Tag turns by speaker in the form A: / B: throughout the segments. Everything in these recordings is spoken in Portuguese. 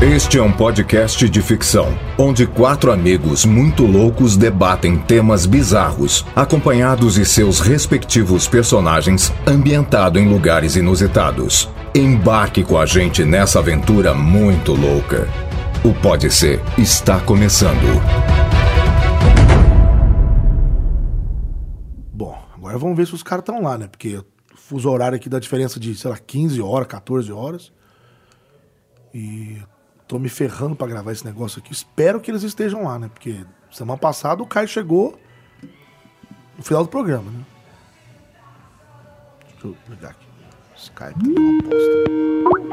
A: Este é um podcast de ficção, onde quatro amigos muito loucos debatem temas bizarros, acompanhados de seus respectivos personagens, ambientado em lugares inusitados. Embarque com a gente nessa aventura muito louca. O Pode Ser está começando.
B: Bom, agora vamos ver se os caras estão lá, né? Porque o fuso horário aqui dá diferença de, sei lá, 15 horas, 14 horas. E tô me ferrando pra gravar esse negócio aqui. Espero que eles estejam lá, né? Porque semana passada o Caio chegou no final do programa, né? Deixa eu ligar aqui. Skype tá uma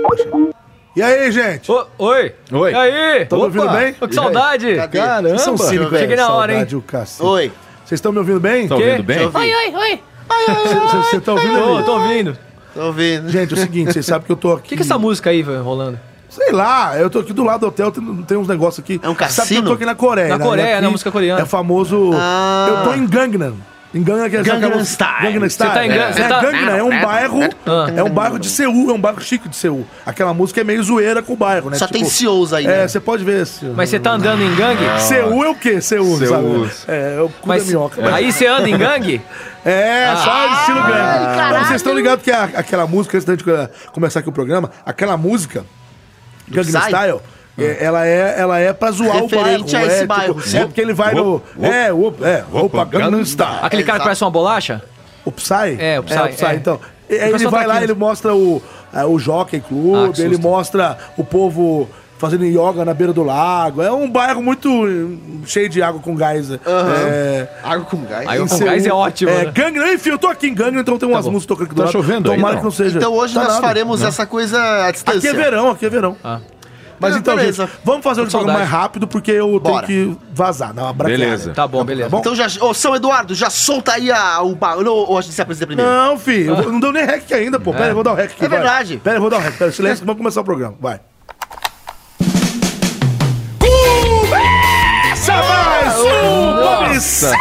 B: aposta. E aí, gente?
C: Ô, oi!
D: Oi.
C: E aí?
B: Tá me ouvindo bem?
C: Que
B: E aí?
C: saudade!
D: Cadê?
C: Caramba!
D: Vocês são cínicos,
C: Cheguei
D: velho,
C: na hora, hein?
B: Saudade, o cacete.
D: Oi.
B: Vocês estão me ouvindo bem?
D: Tá
C: Quê?
D: ouvindo bem?
C: Tô tá
E: Oi, oi, oi!
B: Vocês estão ouvindo?
C: Tô,
B: bem?
C: tô ouvindo. O
D: Tô ouvindo.
B: Gente, é o seguinte, vocês sabem que eu tô aqui.
C: que, que é essa música aí, velho, rolando?
B: Sei lá, eu tô aqui do lado do hotel, tem, tem uns negócios aqui.
D: É um
B: Sabe que eu
D: cassino?
B: tô aqui na Coreia.
C: Na
B: né?
C: Coreia,
B: E aqui
C: na música coreana.
B: É famoso.
D: Ah.
B: Eu tô em Gangnam. Em Gangnam, que é
D: Gangnam
B: aquela-
D: Style.
B: Gangnam Style.
C: tá em Gan-
B: é.
C: você
B: É,
C: tá-
B: Gangnam é um bairro.
C: Ah.
B: É um bairro de Seul, é um bairro chique de Seul. Aquela música é meio zoeira com o bairro, né?
D: Só tem CEOs aí,
B: É,
D: né?
B: você pode ver. Assim,
C: Mas você tá andando em gangue?
B: Seul é o quê? Seul,
D: Seul.
B: sabe? É, é o cu
C: Mas,
B: da minhoca.
C: Aí você anda em gangue?
B: É, só estilo grande.
E: caralho.
B: Não, vocês estão ligados que a- aquela música, antes da gente co- começar aqui o programa, aquela música, Gangnam
D: Psy?
B: Style, é, ela, é, ela é pra zoar
D: Referente
B: o bairro.
D: a esse
B: é,
D: bairro.
B: é porque ele vai no. É, opa, é, opa, Gangnam Style.
C: Aquele cara que
D: Exato.
C: parece uma bolacha?
B: O Psy?
C: É, o Psy, é.
B: então. E-
C: O
B: Ele
C: pessoal
B: vai
C: tá
B: lá,
C: aqui.
B: ele mostra o, é, o Jockey Club,
C: Ah, que
B: ele
C: susto.
B: mostra o povo fazendo yoga na beira do lago. É um bairro muito hum, cheio de água com gás. É,
D: Água com gás.
C: Aí eu-
B: em
C: com
B: Seul.
C: gás é ótimo,
B: É,
C: né?
B: Gangnam, enfim, eu tô aqui em Gangnam, então tem umas
C: bom.
B: músicas tocando aqui do
F: Tá
B: lado.
F: chovendo aí,
B: Tomara
F: não?
B: que não seja.
D: Então hoje
B: Tá
D: nós
B: nada.
D: faremos essa coisa à
B: Aqui
D: distância.
B: é verão, aqui é verão. Mas
D: Não,
B: então, gente,
D: beleza.
B: vamos fazer o
C: Com
B: programa mais
C: saudade.
B: rápido, porque eu
D: Bora.
B: tenho que vazar, dar uma braqueada.
F: Beleza.
C: Tá bom, beleza.
B: bom.
D: Então já... Ô, São Eduardo, já solta aí a- o barulho. Ou ou a gente se apresenta primeiro?
B: Não, filho, eu vou- não deu nem rec ainda, pô. Pera, eu vou dar o rec aqui.
D: Então, Ah. É
B: vai.
D: verdade.
B: Pera, eu vou dar o rec. Pera, silêncio, vamos começar o programa. Vai. Começa mais um Bob Sapp!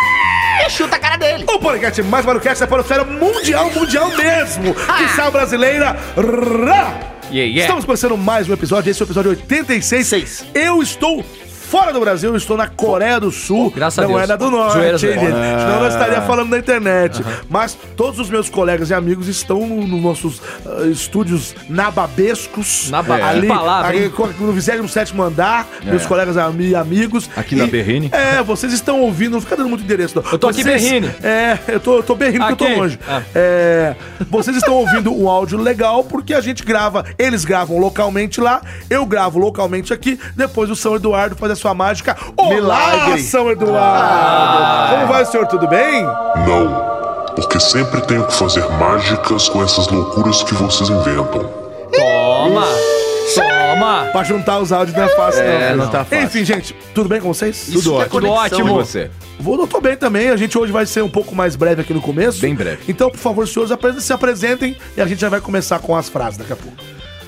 D: Chuta a cara dele.
B: O podcast mais maluquete da Polosfera Mundial, Mundial mesmo! Que sal brasileira! Rá!
C: Yeah, yeah.
B: Estamos começando mais um episódio, esse é o episódio 86.
D: Seis.
B: Eu estou fora do Brasil, eu estou na Coreia do Sul.
C: graças a
B: não é
C: Deus.
B: na do Norte,
C: Zoeira, zoeira. Ah.
B: hein, gente? Senão eu estaria falando na internet. Mas todos os meus colegas e amigos estão nos nossos ah, estúdios nababescos. É.
C: Naba-
B: ali,
C: que palavra,
B: ali,
C: hein? É.
B: no 27 andar, meus colegas e amigos.
F: Aqui na
B: E-
F: Berrine.
B: É, vocês estão ouvindo, não fica dando muito endereço, não.
C: Eu tô aqui,
B: Vocês-
C: Berrine.
B: É, eu tô, eu tô berrindo porque eu tô
C: Aqui.
B: longe.
C: Ah.
B: É, vocês estão ouvindo um áudio legal porque a gente grava, eles gravam localmente lá, eu gravo localmente aqui, depois o São Eduardo faz a sua mágica. Olá,
D: Milagre.
F: Ah.
B: São Eduardo! Como vai, senhor? Tudo bem?
G: Não, porque sempre tenho que fazer mágicas com essas loucuras que vocês inventam.
C: Toma! Toma!
B: Pra juntar os áudios não é fácil,
F: É,
B: filho.
F: não tá fácil.
B: Enfim, gente, tudo bem com vocês?
D: Isso que é
F: ótimo.
C: Tudo
D: conexão,
C: ótimo.
D: hein?
F: você?
B: Vou, eu tô bem também. A gente hoje vai ser um pouco mais breve aqui no começo.
F: Bem breve.
B: Então, por favor, senhores, apre- se apresentem e a gente já vai começar com as frases daqui a pouco.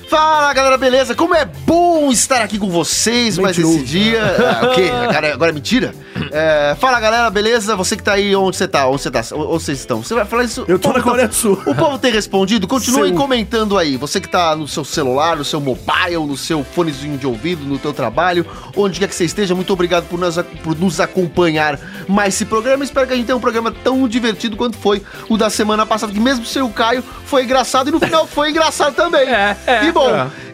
D: Fala galera, beleza? Como é bom estar aqui com vocês mais
B: Mentiroso.
D: esse dia. Ah, o quê? Agora, agora é mentira? É, fala galera, beleza? Você que tá aí, onde você tá? Onde você tá? Onde vocês estão? Você vai falar isso?
B: Eu
D: o
B: tô
D: povo
B: na Coreia do Sul.
D: O povo tem respondido? Continuem
B: Seu-
D: comentando aí. Você que tá no seu celular, no seu mobile, no seu fonezinho de ouvido, no teu trabalho, onde quer que você esteja, muito obrigado por nos, por nos acompanhar mais esse programa. Espero que a gente tenha um programa tão divertido quanto foi o da semana passada, que mesmo sem o Caio, foi engraçado e no final foi engraçado também.
C: É, é. Ah,
D: que bom.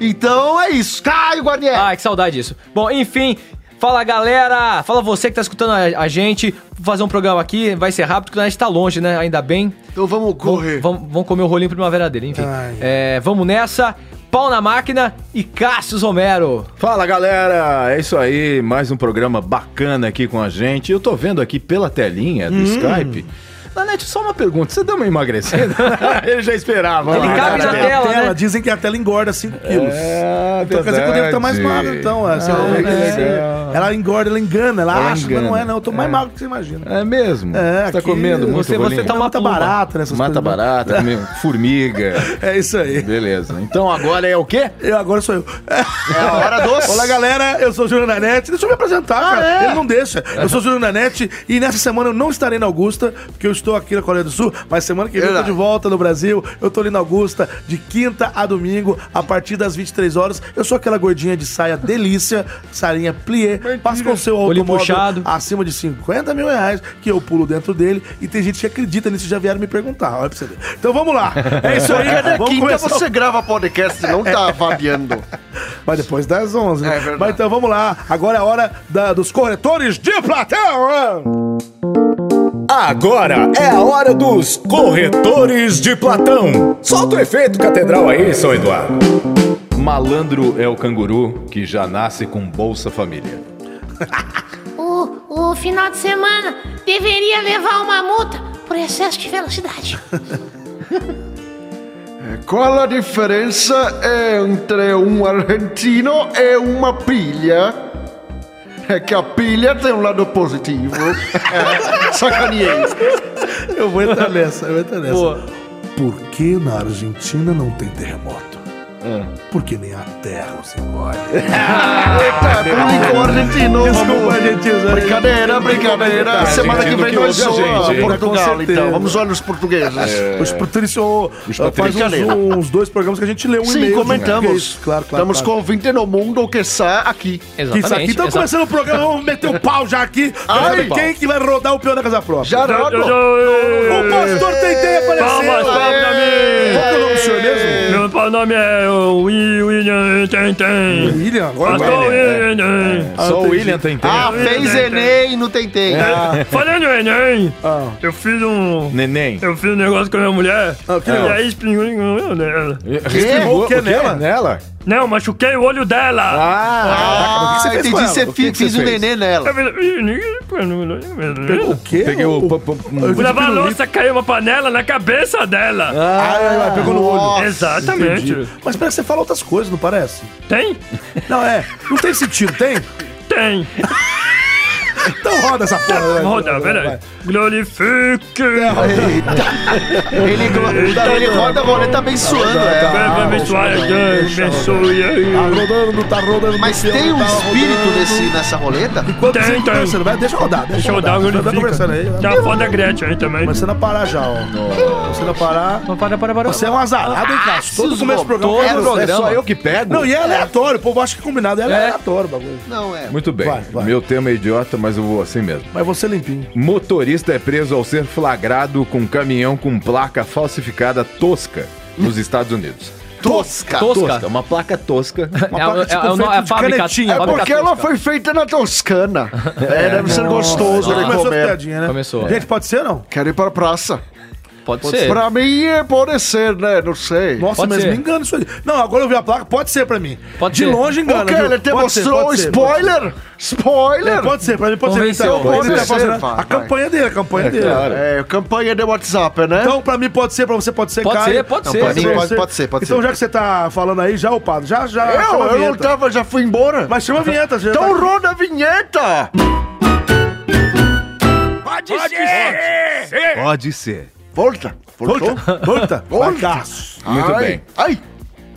D: Então é isso. Caio Guarnieri.
C: Ai, que saudade disso. Bom, enfim. Fala galera! Fala você que tá escutando a, a gente. Vou fazer um programa aqui, vai ser rápido, porque a gente tá longe, né? Ainda bem.
D: Então vamos correr.
C: Vamos, vamos comer o rolinho primavera dele, enfim.
B: Ai.
C: É, vamos nessa. Pau na máquina e Cássio Romero.
F: Fala galera, é isso aí, mais um programa bacana aqui com a gente. Eu tô vendo aqui pela telinha
B: Hum.
F: do Skype. Nanete, só uma pergunta, você deu uma emagrecida? Ele já esperava.
C: Ele
F: lá,
C: cabe na
F: cara.
C: tela. né?
B: Dizem que a tela engorda 5 quilos.
F: É,
B: então quer dizer que eu devo estar mais
F: verdade.
B: magro, então. é, sei lá,
F: Ah,
B: é,
F: que legal.
B: ela engorda, ela engana, ela,
F: Ela
B: acha, mas não
F: engana.
B: é, não. Eu tô mais magro que você imagina.
F: É mesmo?
B: É,
F: você tá
B: aqui
F: comendo muito
C: você- você
F: bolinho?
C: tá uma
B: mata
C: pomba.
B: barata nessas
F: Mata
B: coisas, né?
F: barata, comeu formiga.
B: É isso aí.
F: Beleza. Então agora é o quê?
B: Eu agora sou eu.
D: É a hora dos...
B: Olá, galera. Eu sou o Júlio Nanete. Deixa eu me apresentar, cara. Ele não deixa. Eu sou o Júlio Nanete e nessa semana eu não estarei na Augusta, porque eu estou aqui na Coreia do Sul, mas semana que vem eu tô de volta no Brasil. Eu tô ali na Augusta, de quinta a domingo, a partir das 23 horas. Eu sou aquela gordinha de saia delícia, sarinha plié, passa com o seu
C: Olho
B: automóvel
C: puxado.
B: acima de 50 mil reais, que eu pulo dentro dele. E tem gente que acredita nisso e já vieram me perguntar. Olha pra você ver. Então vamos lá. É isso aí.
D: Cada
B: vamos
D: quinta
B: começar o
D: você grava podcast, não tá vabiando.
B: mas depois das 11, né?
D: É verdade.
B: Mas então vamos lá, agora é a hora da- dos corretores de Platão!
A: Agora é a hora dos corretores de Platão. Solta o efeito catedral aí, São Eduardo.
F: Malandro é o canguru que já nasce com Bolsa Família.
E: O, o final de semana deveria levar uma multa por excesso de velocidade.
D: Qual a diferença entre um argentino e uma pilha? É que a pilha tem um lado positivo. É. Sacaneei.
B: Eu vou entrar nessa, eu vou entrar nessa.
C: Boa.
B: Por que na Argentina não tem terremoto? Porque nem a terra se engole.
D: Eita, Tá, público argentino.
B: Desculpa,
D: vamos.
B: argentino.
D: Brincadeira, brincadeira. Semana que vem
F: que
D: nós
F: ouve a
D: só
F: gente, hein?
B: Com
D: Portugal,
B: certeza. É.
D: então. Vamos olhar os portugueses.
B: Os patrício faz uns,
D: patricianos.
B: uns dois programas que a gente lê um
D: Sim,
B: e-mail.
D: comentamos.
B: Que é isso, Claro, claro.
D: Estamos
B: claro.
D: com 20 no mundo, que está aqui.
B: Que Isso aqui, então
C: exa-
B: começando o programa, vamos meter o pau já aqui.
D: Ai.
B: Ai, quem que vai rodar o peão da Casa Própria?
D: Já rodo.
B: O pastor Teitei
H: Palmas,
B: apareceu!
H: palmas pra
B: Qual que é o nome do senhor mesmo?
H: mim! Meu pau- nome é Wi- William Tentem.
B: William, agora é vai.
H: Pastor William.
F: Só o William tem tempo.
D: Ah, fez Enem, não tentei. Ah,
H: Falando em Enem,
B: Ah.
H: eu fiz um...
F: Neném. Ah,
H: Eu fiz um negócio com a minha mulher.
B: que
H: e
B: negócio?
H: aí espingou em olho dela.
B: o que é nela?
F: Nela?
H: Não, machuquei o olho dela.
F: Ah!
D: Ah,
B: você fez com
D: entendi.
B: ela?
D: Você
F: O que
D: fi-
F: que você
D: fez um
F: fez?
D: nenê nela.
H: Eu falei, "Ih, ninguém- pô, não- não- não- não-
B: O quê?
F: Peguei o...
B: o...
F: pop- pop-
H: Fui lavar a louça, caiu uma panela na cabeça dela.
B: Ah,
D: É,
B: pegou no olho.
D: Nossa,
H: Exatamente.
B: Mas parece que você fala outras coisas, não parece?
H: Tem?
B: Não, é. Não tem sentido, tem?
H: Tem.
B: Então roda essa porra. vai.
H: Roda, peraí. Glorifique.
D: Ele, ele roda a roleta bem suando,
B: Ah,
D: é.
H: Vai abençoar, abençoe aí.
B: Tá rodando, tá rodando.
D: Mas
B: no
D: tem
B: chão,
D: um
B: tá
D: espírito
B: rodando.
D: nesse, nessa roleta?
B: Enquanto
H: Tem,
B: você
H: tem.
B: conversa, vai, deixa rodar. Deixa,
H: Deixa eu dar o
B: Você tá conversando aí.
H: glorifica. Tem uma foda Gretchen aí também.
B: Começando a parar já, ó. Começando a parar.
C: Não, para, para, para.
B: Você é um azarado, hein, Cássio? Todo
D: se
B: começo do programa.
D: esgotou,
B: todo
D: era o
B: programa.
F: só eu que pego?
B: Não, e é aleatório. O povo acha que é combinado. É aleatório o bagulho.
D: Não, é.
F: Muito bem.
B: Vai, vai.
F: Meu tema é idiota, mas eu vou assim mesmo.
B: Mas você é limpinho.
F: Motorista é preso ao ser flagrado com um caminhão com placa falsificada tosca nos Estados Unidos.
D: Tosca.
C: Tosca.
F: uma placa tosca.
C: É, a-
B: placa,
C: é,
B: tipo,
C: é, não, é a
B: feito de
C: fábrica.
B: canetinha.
C: a
D: É
C: fábrica
D: porque ela
C: tosca.
D: foi feita na Toscana. É, deve ser gostoso
B: Nossa,
D: de
B: começou a
D: comer.
B: piadinha, né?
C: Começou,
B: Gente, pode ser não?
D: Quero ir pra praça.
C: Pode ser.
D: Pra mim, é, pode ser, né? Não sei.
B: Nossa,
C: Pode
B: mas
C: ser.
B: me engana isso aí. Não, agora eu vi a placa, pode ser pra mim.
C: Pode
B: De
C: ser.
B: longe engana.
D: Porque
B: viu?
D: ele te
B: Pode ser,
D: mostrou
B: pode ser,
D: spoiler! Spoiler!
B: Pode ser. É, pode ser, pra mim pode ser.
C: Convenceu,
B: Então,
C: pode
B: ele tá
D: ser.
B: fazendo
D: Vai,
B: a
D: vai.
B: campanha é dele, a campanha dele.
F: claro.
D: É, campanha de WhatsApp, né?
B: Então, pra mim pode ser, pra você pode ser,
C: Pode
B: Caio.
C: ser, pode
D: Não,
C: ser.
D: pra mim
C: Pode
D: pode-
C: ser.
D: ser, pode
B: então,
D: ser.
B: já que você tá falando aí, já, ô Padre, já, já. chama a
D: eu, eu não
B: vinheta.
D: tava, já fui embora.
B: Mas chama a vinheta, já.
D: então
B: tá-
D: roda a vinheta!
F: Pode ser.
D: Volta! Voltou?
B: Volta, volta.
D: Volta.
B: Fracassos.
F: Muito
D: Ai,
F: bem.
D: Ai!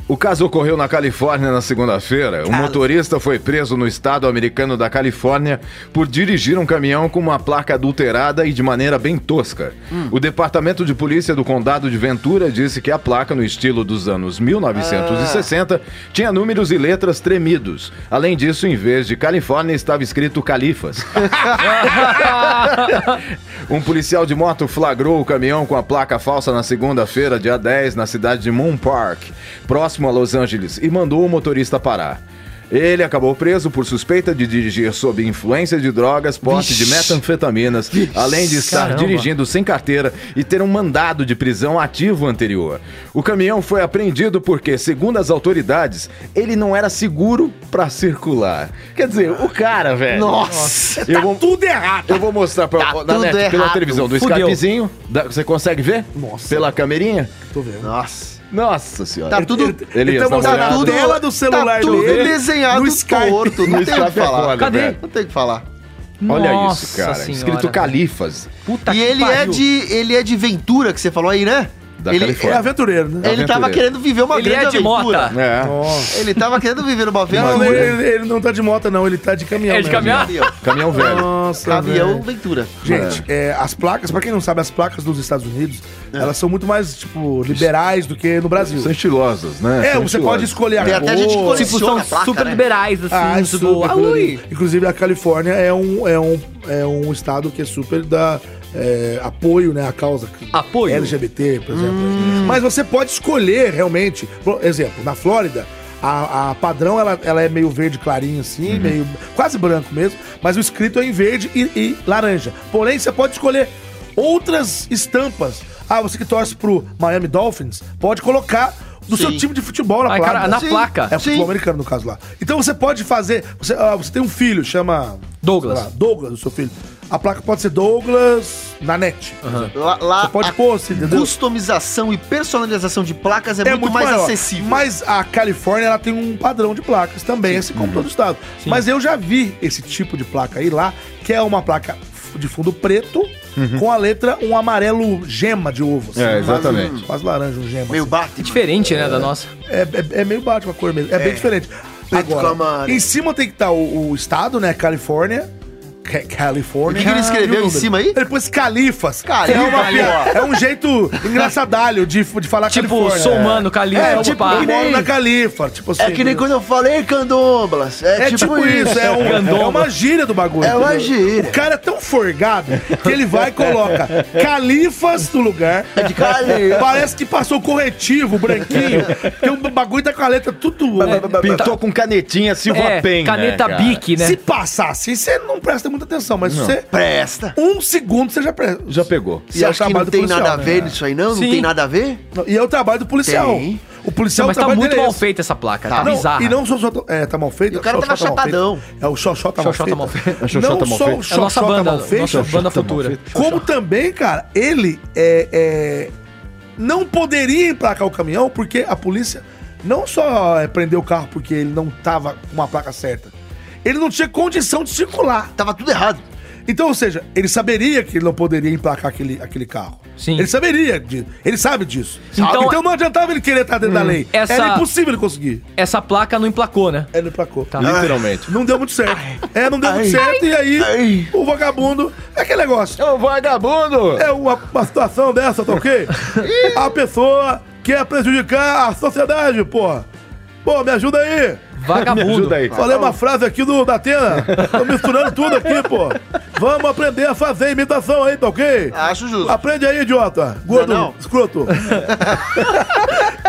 F: O caso ocorreu na Califórnia na segunda-feira. Um motorista foi preso no estado americano da Califórnia por dirigir um caminhão com uma placa adulterada e de maneira bem tosca. O Departamento de Polícia do Condado de Ventura disse que a placa, no estilo dos anos 1960, tinha números e letras tremidos. Além disso, em vez de Califórnia, estava escrito Califas. Um policial de moto flagrou o caminhão com a placa falsa na segunda-feira, dia 10, na cidade de Moon Park, próximo a Los Angeles, e mandou o motorista parar. Ele acabou preso por suspeita de dirigir sob influência de drogas, posse de metanfetaminas, além de estar
C: caramba.
F: dirigindo sem carteira e ter um mandado de prisão ativo anterior. O caminhão foi apreendido porque, segundo as autoridades, ele não era seguro para circular. Quer dizer, o cara, velho.
D: Nossa!
F: Eu vou-
B: Tudo errado.
F: eu vou mostrar pra,
D: Tá
F: na
D: tudo
F: net, pela
D: errado.
F: televisão do
C: Fudeu.
F: escapezinho. Da- você consegue ver?
B: Nossa.
F: Pela camerinha?
B: Tô vendo.
D: Nossa!
F: Nossa senhora.
D: Tá tudo.
F: Elias,
B: Então,
F: dá uma
B: tá
F: olhada.
B: tudo- tela do celular
D: tá tudo
B: dele,
D: desenhado
B: no Skype.
D: torto, não
F: No
D: tem o que
F: Skype é
D: falar.
F: foda,
C: Cadê?
F: velho.
D: Não tem o que falar.
F: Olha
C: Nossa
F: isso, cara.
C: senhora,
F: Escrito
C: velho.
B: Tá
F: Califas.
C: Puta
D: e
C: que
D: ele é
C: pariu.
D: de ele é de Ventura que você falou aí, né?
F: da
D: Ele-
B: É
F: Califórnia.
B: aventureiro, né?
D: Ele tava
F: Aventureiro.
D: querendo viver uma
C: Ele
D: grande
C: é de
D: aventura.
C: mota.
F: É.
D: Ele tava querendo viver uma
B: Não,
D: aventura.
B: ele, ele- ele não tá de moto, não. Ele tá de caminhão.
C: É de
B: né?
C: caminhão?
D: Caminhão,
F: Caminhão velho.
B: Nossa,
D: caminhão
B: velho.
D: aventura.
B: Gente, é, as placas, pra quem não sabe, as placas dos Estados Unidos,
D: É.
B: elas são muito mais, tipo, liberais do que no Brasil.
F: São estilosos, né?
B: É,
F: São
B: você
F: estilosos.
B: pode escolher a
D: Tem até gente que
B: cor.
C: Tipo,
D: Coleciona
C: são
D: a placa,
C: super
D: né?
C: liberais, assim.
B: Ah, é
C: tipo,
B: super
C: ah,
B: colorido.
C: ui.
B: Inclusive, a Califórnia é um, é um, é um estado que é super da é, apoio, né? A causa
C: Apoio?
B: LGBT, por exemplo.
D: Hum.
B: Mas você pode escolher realmente. Por exemplo, na Flórida. A, a padrão ela, ela é meio verde clarinho assim,
D: Uhum.
B: meio quase branco mesmo, mas o escrito é em verde e, e laranja. Porém, você pode escolher outras estampas. Ah, você que torce pro Miami Dolphins pode colocar do seu
D: Sim.
B: time de futebol na
C: Ah,
B: placa.
C: cara, na
D: Sim.
C: placa.
B: É futebol
D: Sim.
B: americano, no caso lá. Então você pode fazer. Você, ah, você tem um filho, chama.
C: Douglas.
B: sei lá, Douglas, o seu filho. A placa pode ser Douglas na net. por exemplo.
D: Lá, lá
B: Você pode
D: a
B: pôr, você entendeu?
D: customização e personalização de placas é, muito, mais
B: maior.
D: acessível.
B: Mas a Califórnia ela tem um padrão de placas também, assim
C: Uhum.
B: como todo estado. Mas eu já vi esse tipo de placa aí lá, que é uma placa f- de fundo preto
C: Uhum.
B: com a letra um amarelo gema de ovo. assim,
F: É,
B: quase-
F: exatamente.
B: Quase, laranja, um gema.
D: Meio
B: assim.
D: Batman.
C: Diferente, né, da nossa.
B: É, é, é meio Batman a cor mesmo. É, bem diferente. Agora,
D: Calma.
B: em cima tem que estar o, o estado, né? Califórnia. Ca- Califórnia.
D: O que que ele escreveu
B: E o
D: em
B: número.
D: cima aí?
B: Ele pôs califas.
D: Califa,
B: é, uma
D: ali,
B: piada- é um jeito engraçadalho de, de falar
C: Tipo,
B: Califórnia.
C: sou humano, califa,
B: É, tipo,
C: pá.
B: eu moro na
D: É
B: califa. Tipo assim,
D: É que nem quando eu falei candomblas. É,
B: É tipo isso, é, um, é uma gíria do bagulho.
D: É uma
B: entendeu?
D: gíria.
B: O cara é tão forgado que ele vai e coloca califas no lugar.
D: É de Cali.
B: Parece que passou corretivo, branquinho. Tem um bagulho tá com a letra tudo.
F: Pintou com canetinha Silva
C: É,
F: Pen,
C: caneta
F: né, cara?
C: bique, né?
B: Se passar assim, você não presta muita atenção, mas se você.
D: Presta.
B: Um segundo você já é presta.
F: Já pegou.
D: Você acha que não tem nada
B: né?
D: a ver nisso aí, não?
C: Sim.
D: Não tem nada a ver?
B: E é o trabalho do policial.
D: Tem.
B: O policial
C: Mas
B: o
C: tá
B: trabalho
C: muito
B: dele é
C: mal
B: esse.
C: feita essa placa, tá
D: Tá.
B: Não,
C: bizarra.
B: e não só, só é, tá mal feito.
D: E o cara
B: só-
D: tava
B: só mal feito.
D: chapadão.
B: É o xoxó tá mal
C: Xoxó tá
B: feito.
C: mal feito.
F: É xoxó
B: Não
F: tá mal
B: só
F: feito.
B: o
C: É a nossa
B: xoxó tá
C: banda,
B: mal feito,
C: nossa banda futura.
B: como também, cara, ele é, é, não poderia emplacar o caminhão porque a polícia não só é, prendeu o carro porque ele não tava com a placa certa. Ele não tinha condição de circular.
D: Tava tudo errado.
B: Então, ou seja, ele saberia que ele não poderia emplacar aquele, aquele carro.
C: Sim.
B: Ele saberia, de, ele sabe disso.
C: Então- Hum.
B: Então, não adiantava ele querer estar dentro da lei.
C: essa-
B: Era impossível ele conseguir.
C: Essa placa não emplacou, né?
B: Ele emplacou.
D: Tá. Ah,
F: Literalmente.
B: É Não deu muito certo. É, não deu muito certo. E aí,
D: Ai.
B: o vagabundo. É aquele negócio.
F: Ô, vagabundo!
B: É uma, uma situação dessa, tá ok? a pessoa quer prejudicar a sociedade, porra. Pô, me ajuda aí.
C: Vagabundo.
F: Me ajuda aí.
B: Falei uma frase aqui do da Atena. Tô misturando tudo aqui, pô. Vamos aprender a fazer imitação aí, tá ok?
D: Ah, Acho justo.
B: Aprende aí, idiota. Gordo,
D: Não, não.
B: escroto.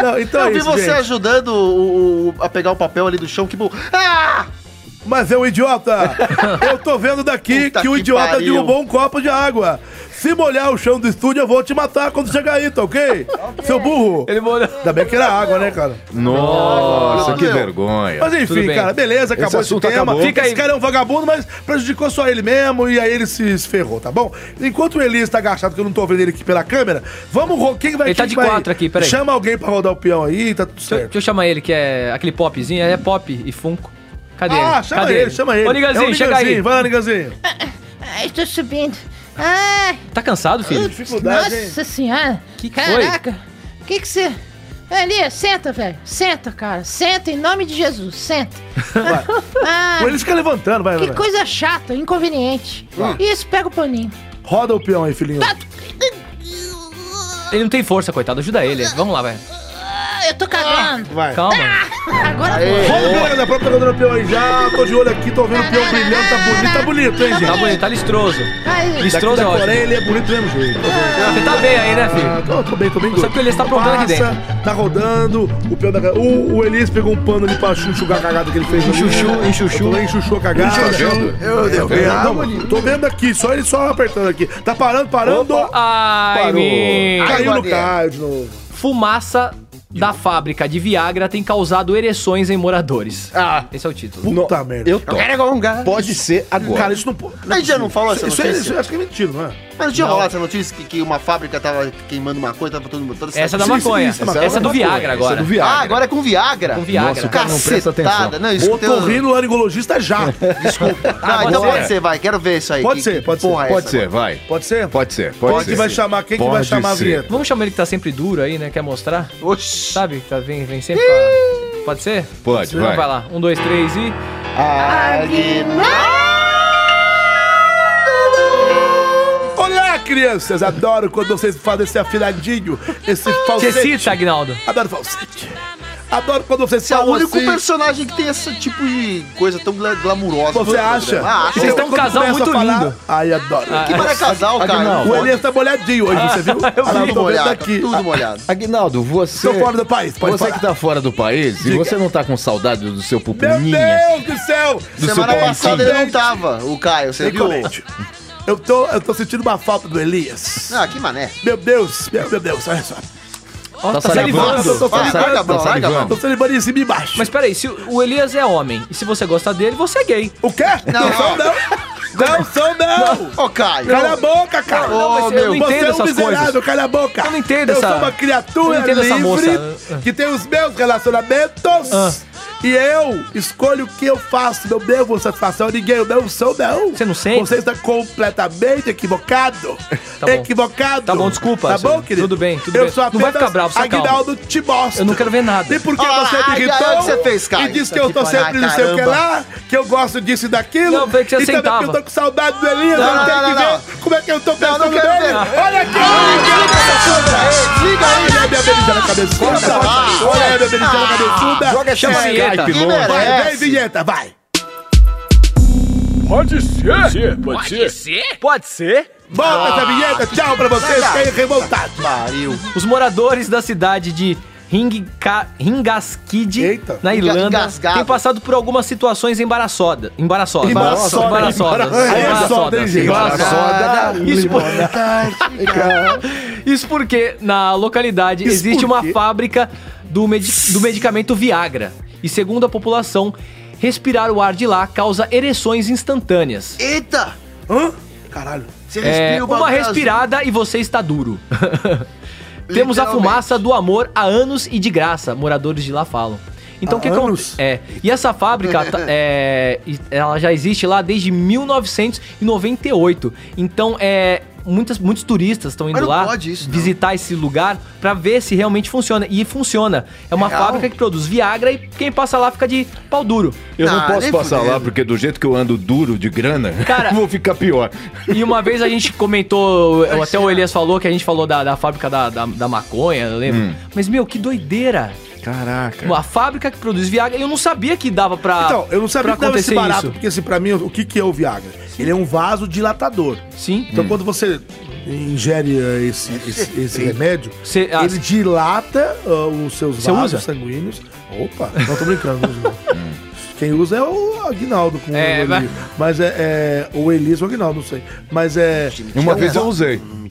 B: não, então
D: Eu
B: é
D: vi
B: isso,
D: você
B: gente.
D: ajudando o- o- a pegar o papel ali do chão, que bom. Ah!
B: Mas é um idiota! Eu tô vendo daqui
D: Puta
B: que o
D: que
B: idiota
D: pariu.
B: derrubou um copo de água. Se molhar o chão do estúdio, eu vou te matar quando chegar aí, tá ok? Seu burro!
C: Ele morou.
B: Ainda bem que era água, né, cara?
F: Nossa, que
D: Meu.
F: vergonha.
B: Mas
C: Tudo
B: enfim,
C: bem.
B: cara, beleza, acabou esse,
F: assunto
B: tema.
F: acabou.
C: Fica aí.
B: Esse cara é um vagabundo, mas prejudicou só ele mesmo e aí ele se esferrou, tá bom? Enquanto o Elias tá agachado, que eu não tô vendo ele aqui pela câmera, vamos, Rô, quem vai
C: Ele tá
B: quem
C: de
B: vai-
C: quatro aqui, peraí.
B: Chama alguém pra rodar o peão aí, tá tudo
C: Deixa, eu-
B: certo.
C: deixa eu chamar ele, que é aquele popzinho, é pop e funko. Cadê ele?
B: Ah, chama
C: Cadê
B: ele, chama ele.
C: Ô,
B: É o
C: Niganzinho, chega aí.
B: Niganzinho, Vai lá, Niganzinho.
E: Ah, estou subindo. Ah,
C: Tá cansado, filho?
B: Dificuldade, hein?
E: nossa senhora.
C: Que que
E: Caraca. O que que você... Ali, senta, velho. Senta, cara. Senta em nome de Jesus. Senta. Ah,
B: Pô, Ele fica levantando, vai, vai.
E: que
B: vai.
E: coisa chata, inconveniente. Isso, pega o paninho.
B: Roda o peão aí, filhinho.
E: Ah,
C: Ele não tem força, coitado. Ajuda ele. Vamos lá, vai.
E: Ah, Eu tô cagando.
B: Vai.
C: Calma.
E: Agora foi.
B: Roda o peão aí da própria rodando o peão aí já. Tô de olho aqui, tô vendo o peão brilhando. Tá bonito, tá bonito, hein,
C: Tá
B: gente?
C: bonito, tá listroso.
E: Aí.
C: Listroso é
B: Da
C: ótimo.
B: Coreia ele é bonito do mesmo jeito.
C: Você tá bem aí, né,
B: Ah,
C: filho?
B: Tô, tô bem, tô bem.
C: Só que o Elias tá aprontando aqui
B: Passa, Tá rodando, o peão da... O, o Elias pegou um pano ali pra enxugar a cagada que ele fez. É,
C: Enxuxu, enxuxu.
B: enxuchu. Enxuchou a cagada.
F: Tá vendo?
D: Meu Deus.
B: É, não, mano, tô vendo aqui, só ele só apertando aqui. Tá parando, parando.
C: Ai,
F: Parou.
C: menino.
B: Caiu no
D: Maria.
B: Caio de novo.
C: Fumaça da fábrica de Viagra tem causado ereções em moradores.
D: Ah.
C: Esse é o título.
B: Puta merda.
F: Eu topo.
D: Era gonga.
F: Pode ser agora.
B: Cara, isso não pode.
D: Mas já não falou essa
B: isso, é-
D: notícia?
B: isso, eu acho que é mentira, não é?
D: Mas não tinha rolado essa notícia que, que uma fábrica tava queimando maconha, tava todo mundo. toda
C: Essa é da
B: Sim,
C: maconha.
B: sim, sim, sim.
C: Essa é do
F: Maconha,
C: Viagra
F: essa é
C: agora.
F: do Viagra.
D: Ah, agora é com Viagra.
C: Com Viagra.
F: Nossa, o cara não presta
D: Cacetada.
F: atenção.
D: Não, isso tem-
B: Otorrinolaringologista é já.
D: Desculpa. Ah,
C: pode
D: então
C: ser.
D: pode ser, vai. Quero ver isso aí.
B: Pode
D: Que-
B: ser,
D: que
B: pode
D: porra é
F: Pode
D: essa?
F: ser, vai.
B: Pode ser?
F: Pode ser, pode
B: Quem
F: ser.
B: que vai chamar? Quem que vai
F: Pode
B: chamar a
F: ser.
B: vinheta?
C: Vamos chamar ele que tá sempre duro aí, né? Que é mostrar.
D: Oxi.
C: Sabe? Tá, vem, vem sempre pra... Pode ser?
F: Pode,
C: Então
F: vai.
C: vai lá. Um, dois, três e...
E: tá
B: Olá, crianças! Adoro quando vocês fazem esse afiladinho, esse
D: Ah,
C: Você
B: falsete.
C: cita, Agnaldo.
B: Adoro falsete. Adoro quando vocês
D: Você é o
B: falam
D: único
B: assim.
D: personagem que tem esse tipo de coisa tão gla- glamurosa.
B: Você acha? Então,
D: Ah, acho.
C: Vocês têm um
B: Quando
C: casal
B: começa
C: muito
B: a falar-
C: lindo.
B: Ai, adoro.
D: Ah, Que Ah, para casal, cara.
F: Aguinaldo.
B: O Elias tá molhadinho hoje, você viu? Olha lá, eu
D: Tudo
B: tô vendo
D: molhado,
B: aqui.
D: tudo molhado.
F: Aguinaldo, você.
B: Tô fora do país, pode
F: Você
B: falar.
F: que tá fora do país e
B: Diga.
F: você não tá com saudade do seu
B: Meu
F: pupilinha?
B: Deus do céu!
F: Do seu
D: Semana
F: pau
D: passada
F: no cu.
D: ele não tava, o Caio, você viu?
B: Nicolete, eu tô, eu tô sentindo uma falta do Elias.
D: Ah, que mané.
B: Meu Deus, meu, meu Deus, olha só.
C: Ó,
F: Tá
C: tá
F: salivando.
C: salivando.
B: Tô
D: Vai,
B: salivando,
D: larga a
F: tô
D: mão, larga a mão.
F: salivando.
B: Tô celebrando em cima e embaixo.
C: Mas peraí, se o Elias é homem e se você gosta dele, você é gay.
B: O quê? Não,
D: Não.
B: sou não! Não sou não!
D: Ô, Caio.
B: Cala a boca, cara!
D: Não,
C: mas
D: Ô,
C: eu
D: meu,
C: não entendo
B: Você é um
C: essas
B: miserável,
C: coisas.
B: cala a boca!
C: Eu não entendo
B: eu
C: essa-
B: sou uma
C: eu
B: criatura
C: não entendo essa
B: livre
C: moça. Ah.
B: que tem os meus relacionamentos e eu escolho o que eu faço, não devo satisfação a ninguém, eu não sou não.
C: Você não sente?
B: Você está completamente equivocado.
C: Tá bom.
B: Equivocado.
C: Tá bom, desculpa,
B: Tá
C: senhor.
B: bom, querido?
C: Tudo bem, tudo
B: eu
C: bem.
B: sou
C: Não vai
B: apenas
C: ficar bravo, se acalma.
B: Aguinaldo te mostra.
C: Eu não quero ver nada.
B: E por que
D: Ah,
B: você
D: ai,
B: me irritou?
D: ai, olha o que você fez, cara.
B: E disse que
D: Isso
B: eu tô
D: aqui foi-
B: sempre
D: ai,
B: não sei o que
D: caramba.
B: lá, que eu gosto disso e daquilo.
C: Não, foi que você
B: e também
C: sentava.
B: que eu tô com saudade do Elias,
D: Não,
B: eu
D: não,
B: tenho
D: não,
B: que
D: não.
B: ver como é que eu tô pensando
D: não quero
B: nele.
D: ver.
B: Olha aqui, olha aqui.
D: Liga aí, Ah,
B: Olha aí minha berinjela cabeçuda. Olha aí minha berinjela cabeçuda.
F: Joga chama
C: Sim.
F: Skype,
C: Que
D: que
F: longe.
B: Vai, vem,
D: merece.
B: vinheta, vai.
H: Pode ser, pode ser.
C: Pode ser.
B: Bota essa vinheta, tchau pra vocês,
D: Vai, vai.
B: fiquem revoltados.
D: Pariu.
C: Os moradores da cidade de Ringka- Ringaskid,
B: Eita.
C: na
D: Enga-
C: Irlanda,
D: engasgado.
C: têm passado por algumas situações embaraçoda, embaraçosa.
B: Embaraçosa.
C: Embaraçosa.
B: Embaraçosa.
C: Embaraçosa.
B: é Tem jeito.
C: Embaraçosa. Isso por- Isso porque na localidade
B: Isso
C: existe uma
B: porque-
C: fábrica do, medi- do medicamento Viagra. E segundo a população, respirar o ar de lá causa ereções instantâneas.
D: Eita!
B: Hã? Caralho.
D: Você
C: É,
D: respira o
C: uma
D: bagulho.
C: respirada e você está duro. Temos a
D: Literalmente.
C: fumaça do amor há anos e de graça, moradores de lá falam. Então
B: Há
C: o que acon-
B: anos?
C: É. E essa fábrica tá- é, e- ela já existe lá desde 1998. Então é muitas muitos turistas estão indo
D: não
C: lá
D: pode isso, não.
C: visitar esse lugar pra ver se realmente funciona e funciona. É uma
D: Legal.
C: fábrica que produz Viagra e quem passa lá fica de pau duro.
F: Eu não
D: Ah,
F: posso
D: nem
F: passar
D: fudendo.
F: lá, porque do jeito que eu ando duro de grana,
C: Cara-
F: vou ficar pior.
C: E uma vez a gente comentou, até o Elias falou que a gente falou da, da fábrica da, da, da maconha, eu lembro.
B: Hum.
C: Mas, meu, que doideira!
F: Caraca.
C: A fábrica que produz Viagra, eu não sabia que dava pra.
B: Então, eu não sabia
C: pra
B: que dava esse
C: acontecer
B: barato,
C: isso.
B: porque assim, pra mim, o que que é o Viagra? Ele é um vaso dilatador.
C: Sim.
B: Então quando você ingere eh, esse, esse, esse remédio,
C: Você- ah,
B: ele dilata ah, os seus
C: Você
B: vasos
C: usa?
B: sanguíneos. Opa, não tô brincando. não uso não. Quem usa é o Aguinaldo com
C: É,
B: o Eli.
C: vai-
B: Mas é, é. O Elis, o Aguinaldo, não sei. Mas é.
F: Uma vez eu usei.
D: Mentira.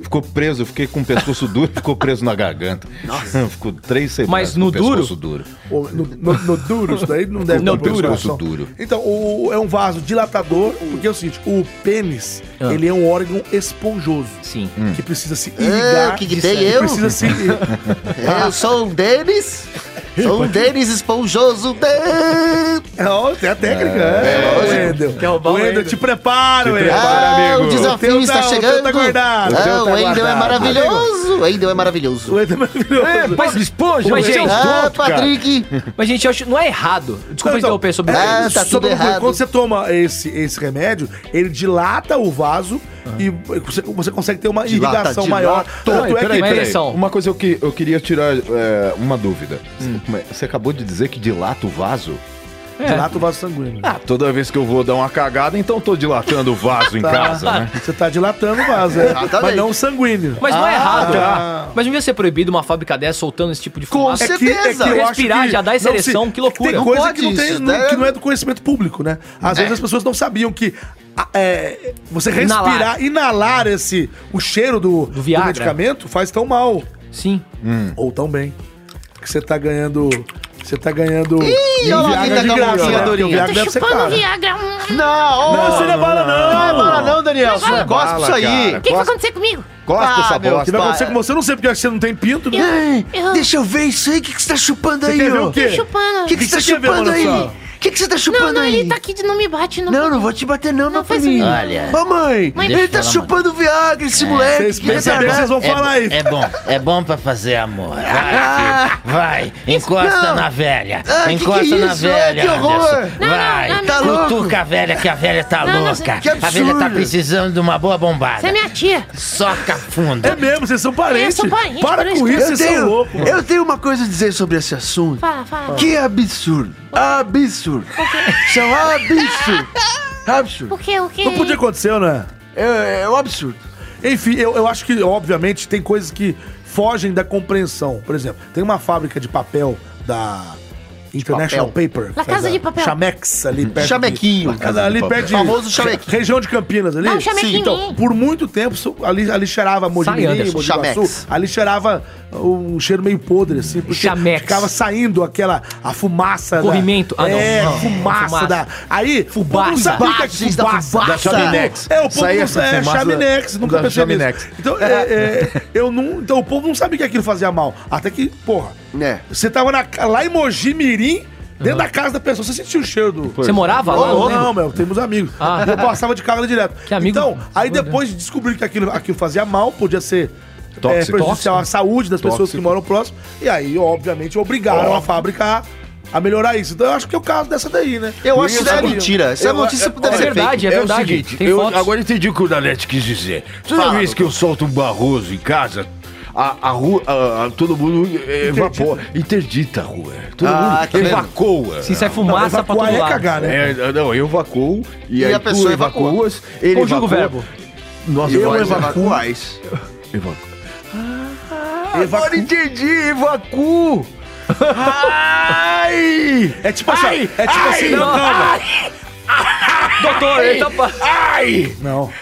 F: Ficou preso, fiquei com o pescoço duro, ficou preso na garganta. Nossa. Ficou três semanas
C: Mas
F: com
C: no
F: o pescoço duro.
B: o- No, no- no duro, isso daí não deve
C: No
B: dar
C: duro.
B: preocupação.
F: Duro.
B: Então, o- é um vaso dilatador, porque é o seguinte: o pênis,
C: Ah.
B: ele é um órgão esponjoso.
C: Sim.
B: que precisa se
D: É,
B: irrigar.
D: o que, que
B: de
D: tem
B: sangue.
D: eu?
B: Precisa se.
D: Eu sou um Denis. Sou um Denis esponjoso. De...
B: Ó, tem a técnica, é. é. Wendel.
C: Quer roubar o
B: O Wendel,
C: Wendel.
B: te prepara, Wendel.
D: Ah,
F: amigo.
D: o
B: O teu
D: desafio
B: tá-
D: está
B: o teu
D: chegando.
B: tá guardado. O teu
D: Ah,
B: tá
D: o Endel é
B: guardado.
D: maravilhoso. O Endel é
B: O
D: maravilhoso.
B: Wendel é maravilhoso.
C: Mas, esponja, mas, gente,
D: Ah,
F: Tá.
D: Patrick.
C: mas, gente, eu acho não é errado. Desculpa
B: Então,
C: interromper sobre
D: é,
C: isso.
B: Só
D: Ah, tá tudo
B: pra concluir,
D: errado.
B: Quando você toma esse, esse remédio, ele dilata o vaso
C: Ah.
B: e você, você consegue ter uma
D: Dilata,
B: irrigação
D: dilata.
B: maior.
F: Não,
B: Tanto é
F: peraí,
B: que-
C: Mas
F: peraí.
C: ereção.
F: Uma coisa eu que eu queria tirar é, uma dúvida. Mas Você acabou de dizer que dilata o vaso?
B: dilata o vaso sanguíneo.
F: Ah, toda vez que eu vou dar uma cagada, então tô dilatando o vaso em
B: Tá.
F: casa, né?
B: Você tá dilatando o vaso, é.
D: Exatamente.
B: mas não o sanguíneo.
C: Mas não é errado.
B: tá.
C: Mas não devia ser proibido uma fábrica dessa soltando esse tipo de fumaça.
B: É
D: certeza.
B: eu acho
C: Respirar já dá essa
B: não,
C: ereção,
B: se-
C: que loucura.
B: Tem
C: Não
B: coisa
D: pode
B: que não, tem-
D: isso,
B: não-
D: né? É.
B: que não é do conhecimento público, né? Às vezes as pessoas não sabiam que a- é, você
C: Inalar.
B: respirar, inalar esse, o cheiro do, do,
C: Viagra.
B: medicamento faz tão mal.
D: Hum.
C: Sim.
B: Ou tão bem. Porque você tá ganhando... Você tá ganhando... Ih,
D: olha lá, quem tá com a mãozinha
B: né? Porque o
D: durinha.
B: Viagra
E: Tá
B: deve ser
E: chupando
B: caro.
E: Viagra. hum.
D: Não,
H: Não, isso
D: não,
H: não é bala, não.
D: não é bala não, Daniel.
E: Isso não é
D: Gosta
F: bala,
D: disso aí.
F: cara.
E: O que, que vai
F: Gosta-
E: acontecer comigo?
F: Gosta dessa
D: Ah, meu,
B: O que
F: bosta.
B: vai acontecer com você? Eu não sei porque é que você não tem pinto, né?
D: Ai,
E: Eu-
D: Deixa eu ver isso aí. O que, que você tá chupando aí,
B: quer ver
D: ô?
B: o quê?
E: Tô chupando.
D: O que, que você tá
B: você quer ver,
D: chupando aí?
B: Manossauro?
D: O que, que você tá
E: Não,
D: chupando
E: não,
D: aí?
E: ele tá aqui, não me bate, não.
D: Não, não vou te bater não, não,
E: Não
D: pra
E: faz
D: mim.
E: isso.
I: Olha.
D: Mamãe,
E: Mãe, É.
D: ele
E: deixa
D: tá
I: eu falar,
D: chupando Viagra, esse moleque.
B: Vocês
D: que tá
B: pensam bem o que
D: danado.
B: vocês
C: Então
B: vão
I: É,
B: falar aí.
I: é bom, é bom pra fazer amor.
C: Ah!
I: Vai, filho, vai encosta
D: Não.
I: na velha.
D: Ah, que
I: encosta
D: que é
I: na
D: isso?
I: velha,
D: Ah, que horror.
I: Anderson.
E: Não, não,
I: Vai,
E: não,
D: Tá não. louco.
I: cutuca a velha, que a velha tá
E: Não, não,
I: louca.
D: que
I: a velha tá
D: absurdo.
I: precisando de uma boa bombada.
E: Você é minha tia.
I: Soca fundo.
B: É mesmo, vocês são parentes.
E: É, são parentes,
B: Para
E: por isso
B: com
E: que-
B: isso,
D: Eu
B: vocês são
D: tenho,
B: loucos. mano.
D: eu tenho uma coisa a dizer sobre esse assunto.
E: Fala, fala.
D: Que absurdo. Absurdo. São absurdo. Absurdo.
E: O que, o que?
B: Não podia acontecer, né?
D: É, é um absurdo.
B: Enfim, eu, eu acho que, obviamente, tem coisas que fogem da compreensão. Por exemplo, tem uma fábrica de papel da International Paper.
E: La
B: faz
E: Casa
B: a
E: de Papel.
B: Chamex, ali perto. de-
D: Chamequinho.
B: La Casa- ali perto de.
D: Famoso chamequinho.
B: Região de Campinas ali.
E: Não, Ah, chamequinho.
B: Então, por muito tempo, so- ali, ali cheirava Mojimirim,
C: Anderson.
B: Mogi Guaçu,
D: Chamex.
B: Ali cheirava um cheiro meio podre, assim. Porque
C: Chamex.
B: Ficava saindo aquela. A fumaça. da-
C: Corrimento. Ah, não.
B: É,
C: Não.
B: fumaça,
C: Fumaça.
B: da. Aí.
C: Fubaça.
B: Não sabia o que é
D: Fubaças da
B: fubaça.
D: fubaça. Da
F: chaminex.
B: É, o povo
F: Saía
B: não
F: essa
B: sabe. É,
F: fumaça
B: chaminex,
F: da-
B: nunca
F: da
B: pensei nisso.
F: chaminex.
B: Então, é, é, eu não, então, o povo não sabia que aquilo fazia mal. Até que, porra,
D: Né?
B: você tava na, ca- lá em Mogi Mirim, dentro da casa da pessoa, você sentiu o cheiro do...
C: Você morava lá?
B: Não,
C: Eu lembro.
B: não, meu, temos amigos.
C: Ah.
B: Eu passava de carro ali direto.
C: Que amigo?
B: Então, aí depois de descobrir que aquilo, aquilo fazia mal, podia ser é,
F: Tóxico.
B: prejudicial à saúde das pessoas
F: Tóxico.
B: que moram próximo, e aí, obviamente, obrigaram a fábrica a, a melhorar isso. Então, eu acho que é o caso dessa daí, né?
D: Eu acho que isso é
B: Sabiam.
D: mentira. Essa
F: Eu-
D: notícia
F: eu-
D: deve
C: É
D: ser
C: verdade, é
F: É o
C: verdade.
F: seguinte,
C: Tem
F: eu
C: fotos.
F: agora entendi o que o Dalete quis dizer. Toda
D: Fala,
F: vez que eu solto um barroso em casa, a, a rua, a- a- todo mundo eh, evapora, interdita a rua. Todo
D: Ah, tá
F: mundo
D: vendo?
F: evacua.
C: Se sai fumaça pra
B: Evacuar
C: todo
B: é
C: lado.
B: cagar, né?
F: É, não, eu evacuo e,
D: E
F: aí
D: a pessoa
F: tu
D: evacua.
F: evacuas, ele
C: Conjuga o
F: evacua.
C: verbo.
F: Nós
D: Eu
F: nós
D: evacuo. Ah,
F: Evacuo.
B: Evacu-
F: Agora entendi, evacuo. Ai!
B: É tipo assim,
F: Ai,
B: é tipo
F: ai,
B: assim, não, calma.
F: ai,
C: Doutor, ele tá, pa-
F: ai!
B: Não.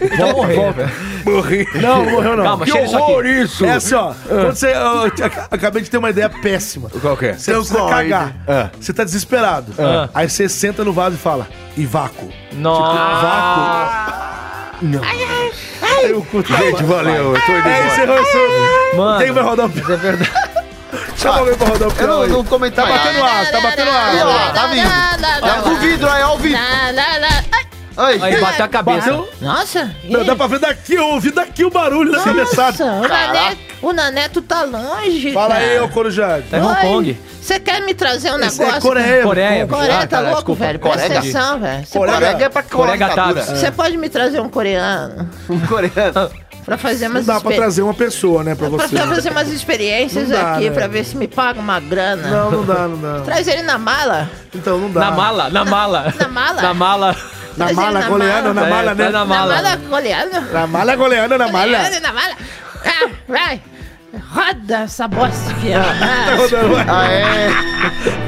C: ele tá morrendo. velho.
F: Morri.
B: Não, morreu não.
C: Calma,
F: Que
C: cheira isso aqui.
F: horror isso!
B: É assim, ó. Quando você, eu, eu te- acabei de ter uma ideia péssima.
F: Qual que é?
B: Você
D: Eu
B: precisa
D: gosto.
B: cagar.
F: Ah.
B: Você tá desesperado.
C: Ah.
B: Aí você senta no vaso e fala, e vácuo.
C: Nossa.
B: Eu curto.
F: Gente, valeu. Eu tô indo
B: É,
F: embora.
B: encerrou isso.
C: Mano.
B: Quem vai rodar o pior? É verdade. Chama alguém pra rodar o
D: Eu não,
B: pior.
D: não
B: aí. Tá
D: comentar
B: batendo asa, tá batendo asa.
D: Tá vindo. Tá com o vidro aí, ó o vidro.
C: Aí
D: Ai.
C: bateu
E: é
C: a cabeça.
B: Bateu?
E: Nossa.
B: Não, dá pra ver daqui, eu ouvi daqui o barulho da cabeçada.
E: Nossa, o Naneto, o Naneto tá longe.
B: Fala
E: cara.
B: aí, ô Corujade.
C: É Hong Kong.
E: Você quer me trazer um
B: Esse
E: negócio?
B: é Coreia.
C: Coreia. bicho.
E: Coreia
C: Ah,
E: tá
C: caralho,
E: louco,
C: desculpa.
E: velho. Presta
D: Coreia?
E: atenção, velho. Você
B: Coreia.
E: pode,
D: Corega é pra
C: Corega
D: cortadura.
C: Taps.
E: você pode me trazer um coreano
D: Um coreano.
E: pra fazer umas
B: Não dá pra
E: experi-
B: trazer uma pessoa, né,
H: É
B: pra
E: pra
B: você.
E: fazer umas experiências
B: Não dá, né?
E: aqui, pra ver se me paga uma grana.
B: Não, não dá, não dá.
E: Traz ele na mala.
B: Então, não dá.
C: Na mala, na mala.
E: Na mala?
C: Na mala.
B: Na
E: Traz ele
B: mala
E: na
B: goleana, na
C: mala.
B: mala,
C: É,
B: né?
C: tá na mala.
E: Na mala coreano.
B: Na mala goleana, na mala.
H: É,
E: Coreano na mala. Ah, vai. Roda essa bosta aqui. Ah,
B: rodando.
D: Aê.
F: é?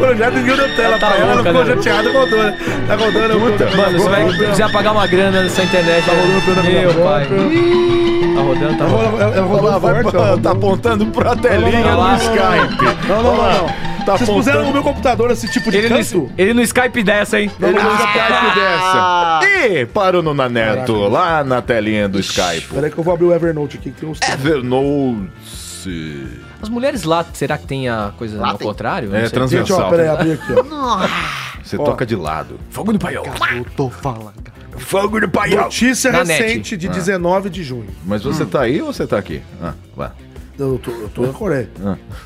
B: Corujado enviou na tela
C: Tá
B: pra ela, ela
C: louca,
B: ficou
C: né?
B: chateada, rodou, né? Tá rodando, puta.
C: Mano, você vai precisar pagar uma grana nessa internet. Tá
B: rodando pela
C: Meu
B: minha
C: pai. Tá rodando, tá rodando.
B: Ela, ela
F: Olha
B: rodou
F: lá, vai
B: forte,
F: pra-
B: ela rodou.
F: tá apontando pra telinha
C: Olha lá.
F: do Skype.
B: Não, não,
F: Olha lá,
B: não, não.
F: Tá
B: Vocês puseram no
F: apontando.
B: meu computador esse tipo de
C: Ele
B: canto?
C: no, ele no Skype dessa, hein?
F: Ele não Skype
D: Ah.
F: dessa. E parou no Naneto, lá na telinha do Skype.
B: Peraí que eu vou abrir o Evernote aqui, que tem uns...
F: É Evernote.
C: As mulheres lá, será que tem a coisa
D: Lá
C: ao
D: tem.
C: contrário? Não
F: É,
C: sei.
B: Gente, ó,
F: transversal.
B: peraí, abri aqui, ó.
F: Você toca de lado. Fogo no paiol.
D: Eu tô falando.
F: Fogo no paiol.
B: Notícia
C: Na net.
B: recente de 19 de junho.
F: Mas você
B: Hum.
F: tá aí ou você tá aqui? Ah, vai.
B: Eu tô, eu tô na Coreia.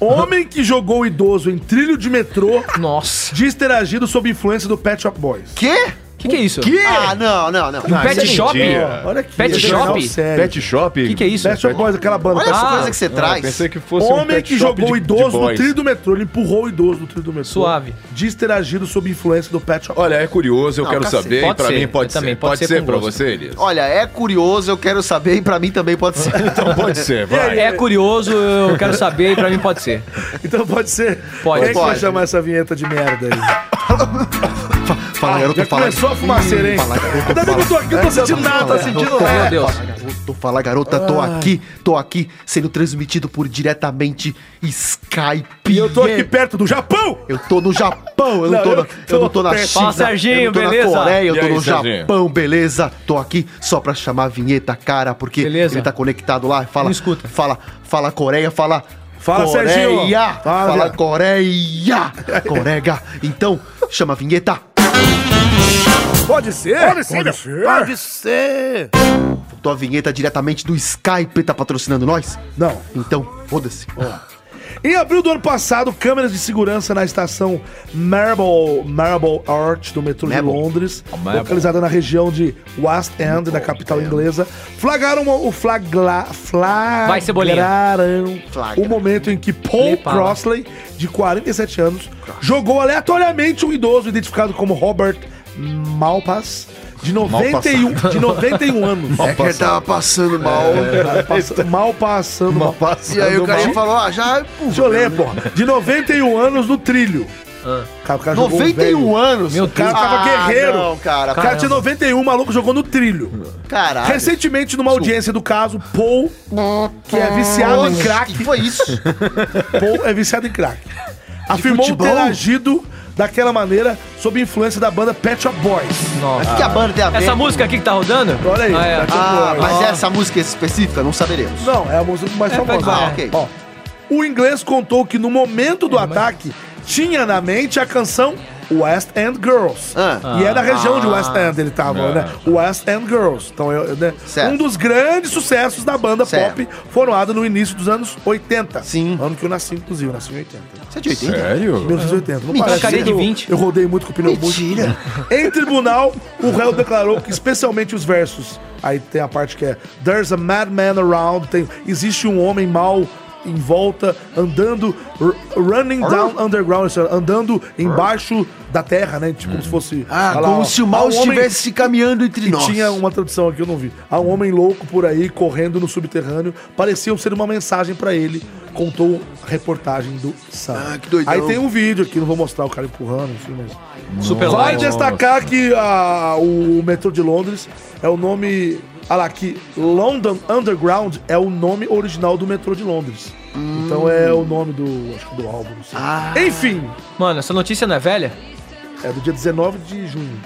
B: Homem que jogou idoso em trilho de metrô
C: Nossa.
B: diz ter agido sob influência do Pet Shop Boys.
D: Quê?
C: O que, que é isso?
D: Ah, não, não, não.
F: Ah,
C: Pet
F: isso é
C: shop?
F: mentira.
B: Olha aqui.
C: Pet
B: é
C: Shop?
B: jornal sério.
F: Pet shop?
C: O que, que é isso?
B: Pet Shop Boys, aquela banda.
D: Olha
C: Ah,
D: essa coisa que você
F: Ah, eu
D: traz.
F: pensei que fosse um
B: Homem
F: pet
B: que
F: shop
B: jogou o
F: de- de
B: idoso no
F: boys.
B: trilho do metrô, ele empurrou o idoso no trilho do metrô.
C: Suave.
B: Diz ter agido sob influência do Pet Shop.
F: Olha, é curioso, eu
D: Não,
F: quero
D: cacete.
F: saber.
C: Pode
F: e pra
C: ser,
F: mim
C: eu
F: pode
C: também,
F: ser.
C: pode
F: Pode
C: ser
F: ser
C: com
F: pra
C: gosto.
F: você, Elias?
D: Olha, é curioso, eu quero saber e pra mim também pode ser.
F: Então pode ser, vai.
C: É curioso, eu quero saber e pra mim pode ser.
B: Então pode ser.
C: Pode.
B: Quem é que vai
D: Pode.
B: chamar essa vinheta de merda aí?
D: Fala, garoto,
B: Já começou a fumaceira, hein? Ainda bem que eu tô aqui, eu não tô sentindo nada, tô sentindo
C: Meu
B: nada.
C: Deus.
D: Fala, garoto, fala, garota, tô aqui, tô aqui, sendo transmitido por diretamente Skype.
B: E eu tô aqui perto do Japão!
D: Eu tô no Japão. Japão, eu não,
B: Não,
D: tô,
B: eu
D: na, eu não tô na
B: tô-
D: China,
C: Fala, Serginho,
D: eu não tô
C: beleza?
D: na Coreia, eu
F: E
D: tô
F: aí,
D: no
F: Serginho?
D: Japão, beleza? Tô aqui só pra chamar a vinheta, cara, porque
C: Beleza.
D: ele tá conectado lá, fala,
C: Não escuta.
D: fala, fala Coreia, fala
B: Fala,
D: Coreia,
B: Serginho. Fala,
D: fala
B: viado.
D: Coreia, Corega. Então, chama a vinheta.
B: Pode ser? Pode ser. Pode ser.
D: Tô a vinheta diretamente do Skype, tá patrocinando nós?
B: Não.
D: Então, foda-se.
B: Em abril do ano passado, câmeras de segurança na estação Marble, Marble Arch do metrô de
D: Marble.
B: Londres, localizada na região de West End, da capital inglesa, flagraram uma- o flagla,
C: Vai, Cebolinha.
B: flagraram
D: Flagra.
B: o momento em que Paul
C: Lê, fala.
B: Crossley, de 47 anos, jogou aleatoriamente um idoso identificado como Robert Malpass, de 91, de 91 anos.
D: É que ele tava passando mal.
B: Passa- mal passando, mal
D: E aí o cara
B: mal.
D: falou, ah, já...
B: Deixa eu ler, porra. De 91 anos no trilho. Cara, o cara jogou um velho.
D: 91 anos.
C: Meu
D: O
B: O cara tava guerreiro.
D: Não, cara.
B: O cara tinha 91, o maluco jogou no trilho.
D: Caralho.
B: Recentemente, numa audiência do caso, Paul, que é viciado em
D: Nossa,
B: crack,
D: que foi isso?
B: Paul é viciado em crack, afirmou
D: futebol?
B: ter agido daquela maneira sob influência da banda Pet Shop Boys.
D: Mas o que a banda tem a ver?
C: Essa música aqui que tá rodando?
B: Olha aí.
C: Ah, é.
B: Pet Shop
D: Ah,
B: Boys.
D: mas essa música específica não saberemos.
B: Não, é a música mais
C: É,
B: famosa.
C: pode-
D: Ah, ok.
B: Ó, o inglês contou que no momento do ataque tinha na mente a canção West End Girls.
D: Ah.
B: E é da região de West End ele tava, né? West End Girls. Então, eu, eu- né?
D: Certo.
B: um dos grandes sucessos da banda
D: Certo.
B: pop formada no início dos anos 80.
D: Sim.
B: Ano que eu nasci, inclusive, eu nasci em 80.
D: Você é de 80?
F: Sério?
B: 1980. Não
D: Mentira.
B: parece,
C: Carinha de
B: eu-
C: 20.
B: Eu rodei muito com o pneu muito.
D: Mentira.
B: Em tribunal, o réu declarou que especialmente os versos. Aí tem a parte que é There's a madman around, tem existe um homem mal em volta andando r- running down underground, isso é, andando embaixo da terra, né? Tipo como se fosse
D: Ah,
B: olha lá,
D: como
B: ó.
D: se o
B: Há
D: mal
B: um homem-
D: estivesse caminhando entre
B: e
D: nós.
B: tinha um- uma tradução aqui, eu não vi. Há um homem louco por aí, correndo no subterrâneo. Parecia ser uma mensagem pra ele. Contou a reportagem do Sam.
D: Ah, que doidão.
B: Aí tem um vídeo aqui, não vou mostrar o cara empurrando, enfim, mas...
C: Super
B: Vai
C: light.
B: destacar que ah, o metrô de Londres é o nome. Olha lá, que London Underground é o nome original do metrô de Londres.
D: Hum.
B: Então é o nome do. Acho que do álbum, não sei.
D: Ah.
B: Enfim,
C: Mano, essa notícia não é velha?
B: é do dia 19 de junho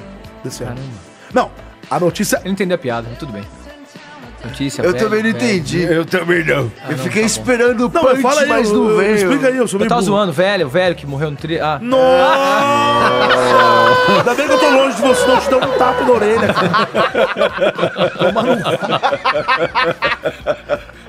B: desse ano. Não, a notícia.
C: Eu não entendi a piada, mas tudo bem. Notícia
D: Eu
C: velha,
D: também não
C: velha.
D: entendi. Eu também não. eu fiquei esperando o
B: Não,
D: punch,
B: mas fala aí,
D: mas
B: eu-
D: não
B: eu-
D: veio.
B: explica aí, eu sou
C: Eu
B: meio
C: tava
B: burro.
C: zoando, velho, o velho que morreu no tri... Ah,
B: Nossa! Ainda bem que eu tô longe de você, não te dou um tapa na orelha. cara. Toma no cu.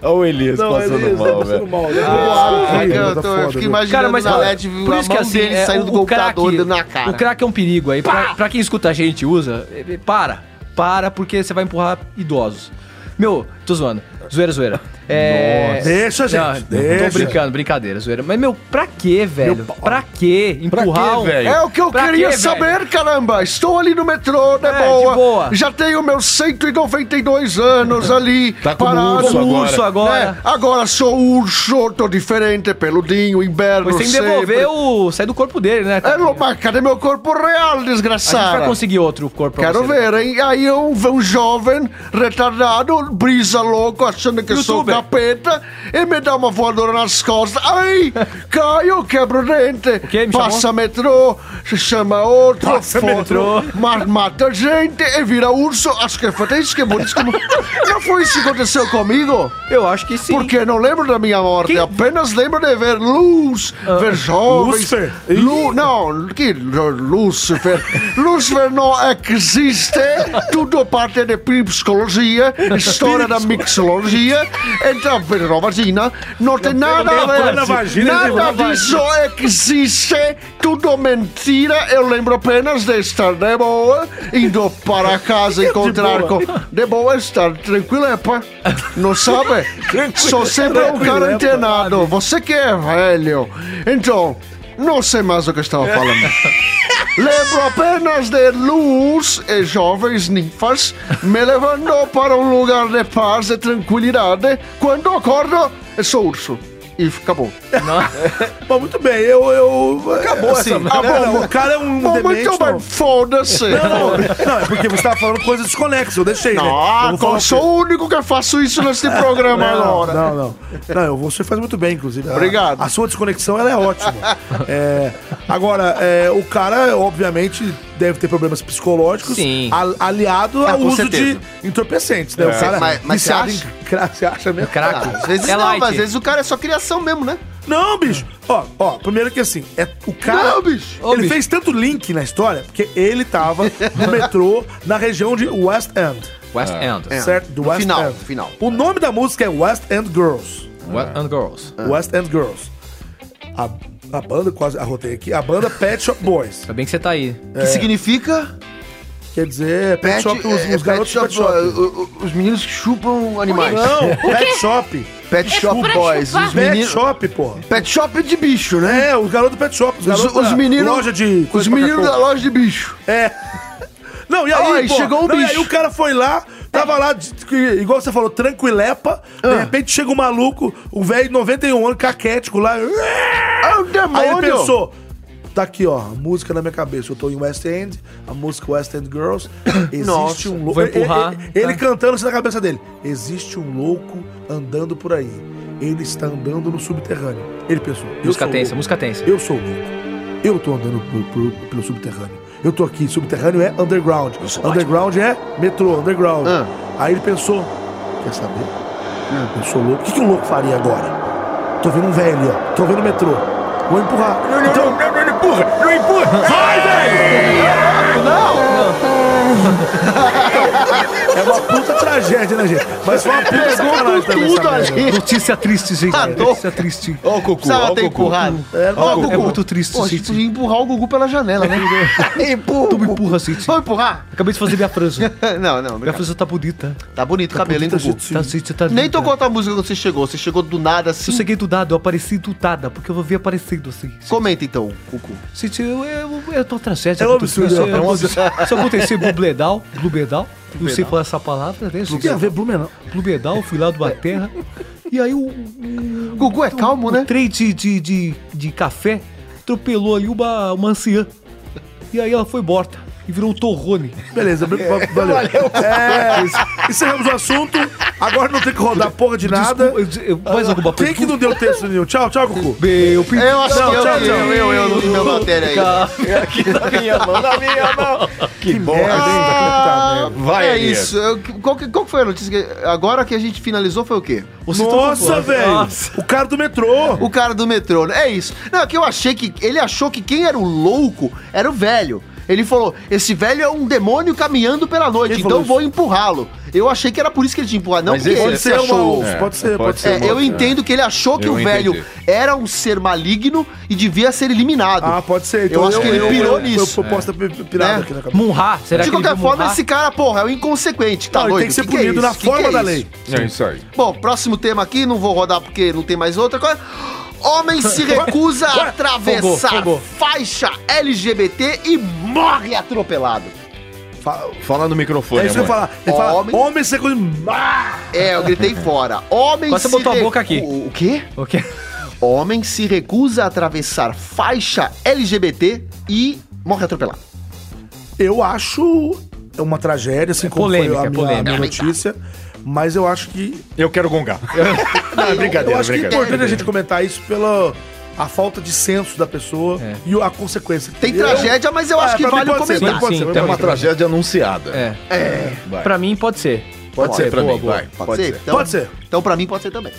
F: Olha o Elias
B: Não,
F: passando
B: ele tá
F: mal,
B: passando
F: velho.
B: mal. Ele
D: Ah, que eu,
B: tá
D: tô,
B: foda,
D: eu fiquei
B: viu?
D: imaginando
C: Cara, mas
D: na
C: por-
D: LED
C: por
D: a
C: isso que
D: mão
C: assim,
D: dele
C: é,
D: saindo
C: o,
D: do
C: o crack,
D: computador dando na cara.
C: o crack é um perigo aí. Pra, pra quem escuta a gente e usa, eh, eh, para. Para, porque você vai empurrar idosos. Meu, tô zoando. Zoeira, zoeira. É...
B: Deixa, gente, deixa.
C: Tô brincando, brincadeira, zoeira. Mas, meu, pra quê, velho?
B: pau.
C: Pra quê
F: Pra
C: empurrar
F: quê,
C: um-
F: velho?
D: É o que eu
C: Pra
D: queria
C: quê, velho?
D: saber, caramba. Estou ali no metrô, de,
C: É, de
D: boa.
C: boa.
D: Já tenho meus 192 anos ali.
F: Tá como urso
C: Um
F: agora.
C: urso agora.
D: Né? Agora sou urso, tô diferente, peludinho, inverno
C: Mas tem que
D: sempre.
C: devolver o... Sair do corpo dele, né?
D: É,
C: cara?
D: não, mas cadê meu corpo real,
C: A gente vai
D: desgraçado?
C: conseguir né? outro corpo pra
D: Quero
C: você.
D: ver, hein? Aí um, um jovem retardado, brisa louco, achando que sou
C: Youtuber.
D: capeta, e me dá uma voadora nas costas. Ai, caio, quebro o dente.
C: quê? Me
D: Passa metrô, se chama outro,
C: Passa
D: foto,
C: metrô.
D: mas mata gente e vira urso. Acho que foi isso que desculpa. Não foi isso que aconteceu comigo?
C: Eu acho que sim.
D: Porque não lembro da minha morte,
C: Quem-
D: apenas lembro de ver luz, ver jovens.
B: Lúcifer?
D: Lu... Não, que lu- Lúcifer. Lúcifer não é existe, tudo parte de psicologia, história da mixologia, então, pela vagina, não tem nada
B: tenho
D: a
B: pena na
D: ver.
B: vagina, eu tenho
D: assim. nada
B: pena na
D: disso existe, tudo mentira, eu lembro apenas de estar de boa, indo para casa encontrar com...
B: boa.
D: De boa estar tranquilepa, não sabe? Sou sempre um cara antenado. Você que é velho. Então, não sei mais o que estava falando. Lembro apenas de luz e jovens ninfas me levando para um lugar de paz e tranquilidade. Quando acordo, é sou urso. e acabou.
B: Bom, muito bem, eu. eu
F: Acabou
B: assim,
F: essa-
B: ah, bom,
D: não, não.
B: O cara é um
D: Bom,
B: demente.
D: muito
B: não.
D: bem, foda-se.
B: Não, não, é porque você tava falando coisas desconexas, eu deixei, né? Eu
D: Ah,
B: vou falar
D: eu
B: o
D: sou
B: quê?
D: o único que faço isso nesse programa
B: não,
D: agora.
B: não, não. Não, eu- você faz muito bem, inclusive. A-
D: Obrigado.
B: A, sua desconexão ela é ótima. É, agora, é, o cara, obviamente, deve ter problemas psicológicos.
C: Sim.
B: a- aliado
D: Ah,
B: ao
D: com
B: uso
D: certeza. É.
B: de entorpecentes, né? O cara
D: Mas- mas você
B: viciado
D: acha?
B: em cra- você acha mesmo?
C: Crack.
D: Às vezes
C: É
D: não,
C: light.
D: mas às vezes o cara é só criação mesmo, né?
B: Não, bicho. Ó, ó, primeiro que assim, é o cara.
D: Não, bicho.
C: Ô,
B: ele
C: bicho.
B: fez tanto link na história porque ele tava no metrô na região de West End,
C: West End.
D: É.
B: certo? Do
D: No
B: West
D: final,
B: End.
D: no final.
B: O nome da música é West End Girls.
C: West End Girls.
D: Ah.
B: West End Girls. A, a banda, quase arrotei aqui, a banda Pet Shop Boys.
C: Ainda bem que você tá aí.
D: Que significa?
B: Quer dizer, É. Pet,
D: Pet-
B: Shop, os,
D: é,
B: os garotos
D: Pet
B: Pet Shop.
D: o- o- Os meninos que chupam animais.
B: Não, Pet Shop.
D: Pet Shop
E: É pra
D: Boys.
E: chupar.
D: Os
B: Pet
D: meninos.
B: Shop, porra.
D: Pet Shop de bicho, né?
B: É, os garotos do Pet Shop. Os,
D: Hum. Os,
B: garotos
D: os
B: da
D: meninos.
B: Loja de.
D: os
B: coisa pra
D: meninos
B: cachorro.
D: da loja de bicho.
B: É. Não, e aí,
D: Ai,
B: pô,
D: chegou o
B: não, e
D: bicho.
B: aí o cara foi lá, tava lá, de- que- igual você falou, tranquilepa. De
D: Ah.
B: repente chega um maluco, um velho de 91 anos, caquético lá.
D: É
B: Aí
D: o demônio!
B: ele pensou. Tá aqui, ó, a música na minha cabeça. Eu tô em West End, a música West End Girls. Existe
D: Nossa,
B: um louco.
C: vou empurrar, tá.
B: Ele, ele cantando isso na cabeça dele. Existe um louco andando por aí. Ele está andando no subterrâneo. Ele pensou. eu
C: Música
B: sou
C: tensa,
B: louco.
C: música tensa.
B: Eu sou louco. Eu tô andando pro- pro- pelo subterrâneo. Eu tô aqui. Subterrâneo é underground. Underground é metrô, underground.
D: Ah.
B: Aí ele pensou: quer saber? Eu sou louco. O que, que um louco faria agora? Tô vendo um velho ali, ó. Tô vendo o metrô. Vou empurrar. então, é uma puta tragédia, né, gente? Mas foi uma puta
D: Ah,
B: sacanagem também, essa
D: tudo
B: merda.
D: ali.
C: Notícia triste, gente.
B: Tá
D: Ah, tô.
C: Notícia triste.
F: Ó o Cucu, ó
D: Precisava
F: o
D: ter
F: Cucu.
D: empurrado.
B: É,
D: Ó,
B: não,
D: Gugu.
C: É muito triste,
D: Pô, a gente
C: gente.
D: podia empurrar o Gugu pela janela, né? Empurra.
C: Tu me empurra, City.
D: Vamos empurrar?
C: Acabei de fazer minha franja.
D: Não, não.
C: Minha
D: obrigado.
C: franja tá bonita.
D: Tá bonito o cabelo, hein,
B: bonito,
D: Gugu?
B: gente.
C: Tá, City, tá
D: Nem
C: linda.
D: tocou a tua música quando você chegou. Você chegou do nada assim.
C: Eu cheguei do dado, eu apareci do dada, porque eu vou ver aparecendo assim.
D: Comenta então, Cucu.
C: City, eu, eu, eu tô tragédia.
B: É um absurdo,
C: Se,
B: é um
C: se, se acontecer Blubedal, Blubedal, não sei falar essa palavra, né?
B: Não tem a ver Blumenau.
C: Blubedal, eu fui lá do Terra. E aí o, o,
D: Gugu é calmo,
C: o
D: né?
C: trem de, de, de, de café atropelou ali uma, uma anciã. E aí ela foi morta. E virou um torrone.
B: Beleza, bri- va- valeu. É, encerramos o assunto. Agora não tem que rodar porra de nada. Ah,
C: Desculpa, eu- eu- mais alguma
B: Quem é que
C: pergunta?
B: não deu texto nenhum? Tchau, tchau, Cucu.
C: Meu pinto.
D: Eu acho
B: Não,
D: que eu,
B: tchau,
D: eu,
B: tchau.
D: eu, eu, não li minha matéria aí.
B: Que, merda,
D: Ah,
F: Vai,
D: é
F: Elias.
D: isso. Eu- qual, que, qual que foi a notícia? que- agora que a gente finalizou foi o quê?
C: Você tá
B: Nossa,
C: voando.
B: velho.
C: Nossa.
B: O cara do metrô.
D: O cara do metrô, né? É isso. Não, é que eu achei que. Ele achou que quem era o louco era o velho. Ele falou: esse velho é um demônio caminhando pela noite,
B: Quem
D: então
B: falou
D: vou empurrá-lo. Eu achei que era por isso que ele tinha empurrado, não
F: Mas
D: porque.
F: esse-
B: Pode
F: Você
B: ser
F: achou-
B: uma...
F: é,
B: pode ser,
F: pode
B: pode
F: ser.
B: ser.
D: É, eu entendo que ele achou que
F: Eu
D: o velho
F: entendi.
D: era um ser maligno e devia ser eliminado.
B: Ah, pode ser.
D: Eu acho que ele pirou nisso.
B: Eu, eu posso ter pirado
D: Né?
B: aqui na cabeça.
C: Munhá, será
D: De
C: que ele
D: qualquer
C: viu
D: forma,
C: Munhá?
D: esse cara, porra, é um inconsequente. Tá
B: Não, ele
D: doido.
B: tem que ser
D: Que que é
B: punido
D: isso?
B: na
D: Que que é
B: forma da
D: isso?
B: lei.
F: É isso aí.
D: Bom, próximo tema aqui, não vou rodar porque não tem mais outra coisa. Homem se recusa a atravessar
C: Fogou, fogou.
D: faixa LGBT e morre atropelado.
B: Fa-
F: Fala no microfone,
B: É isso que eu ia
F: amor.
B: falar. Ele fala,
D: Homem-
B: homem você é coisa. Ah!
D: É, eu gritei fora. Homem
C: Quase você botou a
D: recu-
C: boca aqui.
D: O quê?
C: O quê?
D: Homem se recusa a atravessar faixa LGBT e morre atropelado.
B: Eu acho uma tragédia, assim como
C: polêmica,
B: foi
C: é
B: a minha,
C: polêmica.
B: a minha notícia. Mas eu acho que.
F: Eu quero gongar. Não, é
B: Eu
F: brincadeira,
B: acho que é
F: brincadeira.
B: importante a gente comentar isso pela. A falta de senso da pessoa
C: É.
B: e a consequência.
D: Tem tragédia, mas eu acho que
B: Ah, pra mim
D: vale
B: pode ser, então
D: comentar.
B: pode
C: Sim, então
B: ser,
F: É
B: pode
F: uma
B: ser.
F: tragédia anunciada.
C: É.
F: Vai.
C: Pra mim, pode ser.
F: Pode ser pra
C: Boa,
F: mim,
C: boa.
F: vai.
D: Pode, ser? Então,
B: Pode ser.
D: Então pra mim pode ser também.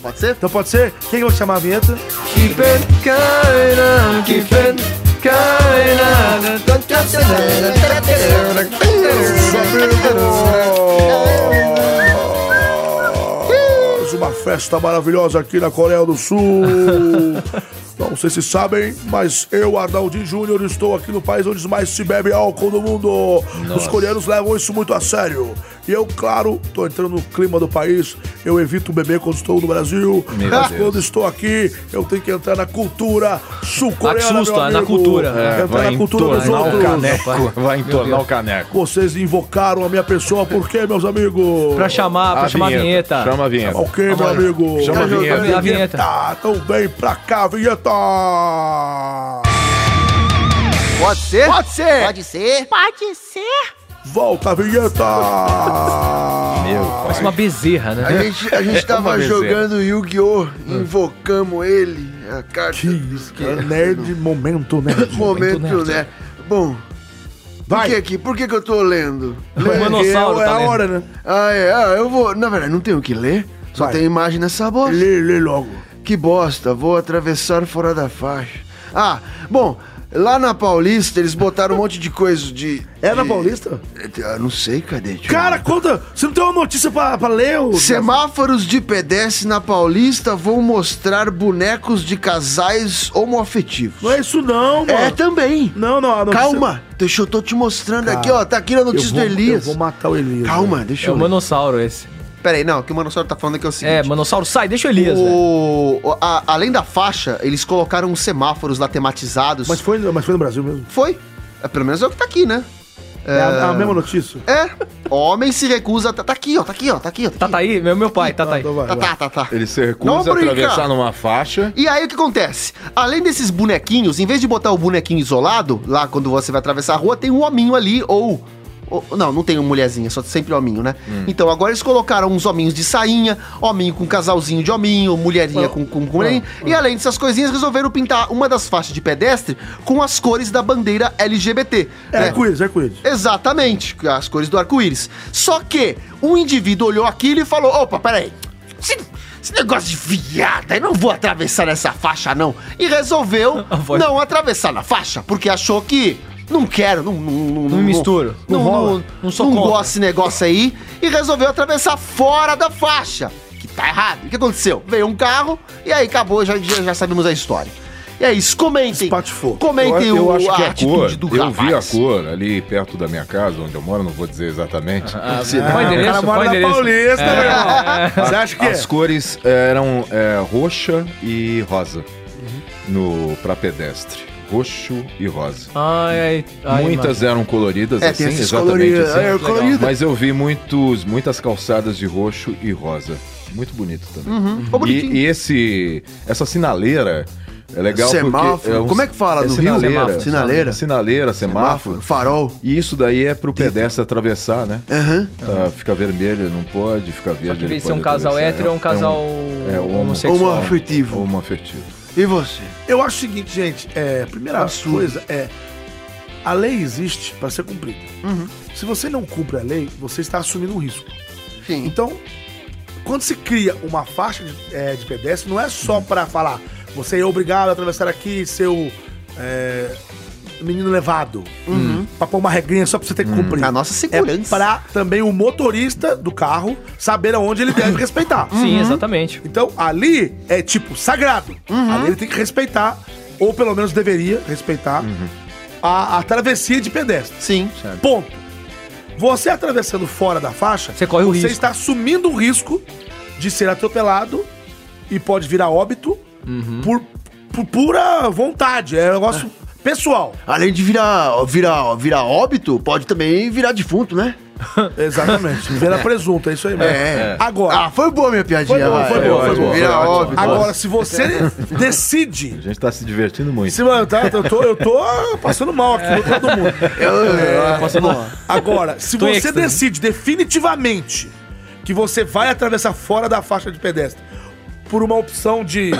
D: Pode ser?
B: Então pode ser? Quem vai chamar a vinheta? Mais uma festa maravilhosa aqui na Coreia do Sul. Não sei se sabem, mas eu, Arnaldinho Júnior, estou aqui no país onde mais se bebe álcool do mundo. Os coreanos levam isso muito a sério. E eu, claro, tô entrando no clima do país, eu evito beber quando estou no Brasil.
F: Meu
B: Mas
F: Deus.
B: quando estou aqui, eu tenho que entrar na cultura sul-coreana.
C: Ah, que susto,
B: meu
C: é na
B: amigo.
C: cultura.
F: É,
B: entrar
F: vai
B: na cultura dos
F: entornar o
B: outros.
F: caneco. Vai entornar o caneco.
B: Vocês invocaram a minha pessoa, por quê, meus amigos?
C: Pra chamar, pra chamar a vinheta.
F: Chama a vinheta.
B: Ok, meu amigo.
F: Chama a vinheta.
C: A vinheta.
B: Então vem pra cá, vinheta.
D: Pode ser? Pode ser!
I: Pode ser?
E: Pode ser?
B: Volta, vinheta.
F: Meu
C: Parece uma bezerra, né?
D: A gente, a
B: É
D: gente tava
F: bezerra.
D: jogando Yu-Gi-Oh! Invocamos ele, a carta
B: Hum. Que
D: do
B: isso, cara.
D: esquerdo.
B: Nerd, momento nerd.
D: Momento, né? Bom, por
B: Vai.
D: que é aqui? Por que, que eu tô lendo?
C: O manossauro
B: é
C: tá
B: a
C: lendo.
B: hora, né?
D: Ah, é, ah, eu vou. Na verdade, não tenho o que ler. Só
B: Vai.
D: tem imagem nessa bosta.
B: Lê, lê logo.
D: Que bosta, vou atravessar fora da faixa. Ah, bom, lá na Paulista eles botaram um monte de coisa de.
B: É na
D: de-
B: Paulista?
D: Eu não sei, cadê? Deixa eu
B: Cara, conta. Você não tem uma notícia pra, pra ler? ô?
D: é Semáforos de pedestre na Paulista vão mostrar bonecos de casais homoafetivos.
B: Não é isso não, mano.
D: É, também.
B: Não, não. a notícia-
D: Calma, deixa eu tô te mostrando aqui, ó. Tá aqui na
B: Eu
D: notícia
B: vou,
D: do
B: eu
D: Elias.
B: vou matar o Elias. né?
D: Calma, deixa
C: É o
D: eu.
C: manossauro esse.
D: Pera aí, não, o que o Manossauro tá falando aqui é o
C: É,
D: seguinte.
C: manossauro, sai, deixa o Elias, velho.
D: o,
B: é.
D: o- a- além da faixa, eles colocaram uns semáforos lá tematizados.
B: Mas foi, mas foi no Brasil mesmo.
D: Foi. É, pelo menos é o que tá aqui, né?
B: É, a, a mesma notícia.
D: É. Homem se recusa. Tá, tá aqui, ó. Tá aqui, ó. Tá aqui, ó.
C: Tá, tá aí? Meu, meu pai, tá, tá aí.
B: Então vai,
D: Tá,
B: vai.
D: tá, tá, tá.
F: Ele se
D: Não
F: recusa a
D: brinca.
F: atravessar numa faixa.
D: E aí o que acontece? Além desses bonequinhos, em vez de botar o bonequinho isolado, lá quando você vai atravessar a rua, tem um hominho ali, ou. ou- não, não tem uma mulherzinha, só sempre hominho, né? Então agora eles colocaram uns hominhos de sainha, hominho com casalzinho de hominho, mulherinha com, com, com mulherinha. E além dessas coisinhas, resolveram pintar uma das faixas de pedestre com as cores da bandeira LGBT.
B: É
D: né?
B: arco-íris, arco-íris.
D: Exatamente, as cores do arco-íris. Só que um indivíduo olhou aquilo e falou: opa, peraí. Esse, esse negócio de viada, eu não vou atravessar nessa faixa, não. E resolveu
C: A voz-
D: não atravessar na faixa, porque achou que. Não quero, não. Não,
C: Não misturo,
D: Não,
C: não
D: não,
C: rola,
D: não,
C: não sou contra.
D: gosto desse negócio aí. E resolveu atravessar fora da faixa. Que tá errado. E O que aconteceu? Veio um carro e aí acabou, já, já, já sabemos a história. E é isso, comentem.
B: Espatifou.
D: Comentem
F: eu, eu
D: o-
F: acho que é a, cor,
D: atitude do
F: eu vi a
D: rapaz.
F: cor ali perto da minha casa, onde eu moro, não vou dizer exatamente.
C: Qual
B: Ah,
C: endereço? Qual endereço?
B: Paulista, meu irmão. Você acha que é?
F: As cores eram é, roxa e rosa no para pedestre. Roxo e rosa.
C: Ai, ai, ai.
F: Muitas eram coloridas,
D: É,
F: assim,
D: tem esses
F: exatamente
D: coloridos.
F: assim.
D: É,
F: Legal.
D: colorido.
F: Mas eu vi muitos, muitas calçadas de roxo e rosa. Muito bonito também.
D: Ficou Uhum. bonitinho.
F: E, e esse, essa sinaleira é legal porque...
D: Semáforo. Como é que fala no Rio?
F: Sinaleira.
D: Semáforo. Sinaleira.
F: Sinaleira, semáforo.
D: Farol.
F: E isso daí é pro pedestre atravessar, né?
D: Aham.
F: Tá, fica vermelho, não pode, fica
C: Só
F: verde.
C: que
F: ele
C: vê se é um
F: pode
C: casal
F: atravessar.
C: hétero ou um casal
F: né? é homo- É,
C: homossexual.
D: afetivo.
F: Homo afetivo.
D: E você?
B: Eu acho o seguinte, gente, é, primeira
D: Absurdo.
B: coisa é a lei existe para ser cumprida.
D: Uhum.
B: Se você não cumpre a lei, você está assumindo um risco.
D: Sim.
B: Então, quando se cria uma faixa de, é, de pedestre, não é
D: Uhum.
B: só para falar você é obrigado a atravessar aqui, seu é, menino levado, para pôr uma regrinha só para você ter que cumprir.
D: A Uhum. nossa segurança.
B: É para também o motorista do carro saber aonde ele deve respeitar.
C: Sim, exatamente.
B: Então, ali é tipo sagrado. Ali ele tem que respeitar, ou pelo menos deveria respeitar, a, a travessia de pedestre.
D: Sim.
B: Ponto. Você atravessando fora da faixa,
C: Você corre o risco.
B: está assumindo o risco de ser atropelado e pode vir a óbito por, por pura vontade. É um negócio pessoal.
D: Além de virar, virar, virar óbito, pode também virar defunto, né?
B: Exatamente. Vira presunto, é isso aí mesmo.
D: É.
B: Agora.
D: Ah, foi boa minha piadinha.
B: Foi boa,
D: vai.
B: foi boa, foi boa.
D: Virar
F: Foi
D: óbito.
B: Agora, se você decide
F: A gente tá se divertindo muito.
B: Se mano, tá, eu, tô, eu tô passando mal aqui do outro lado do mundo.
D: Eu,
B: é.
D: eu-
B: Agora, se
C: Tô em
B: você
C: êxtase.
B: decide definitivamente que você vai atravessar fora da faixa de pedestre por uma opção de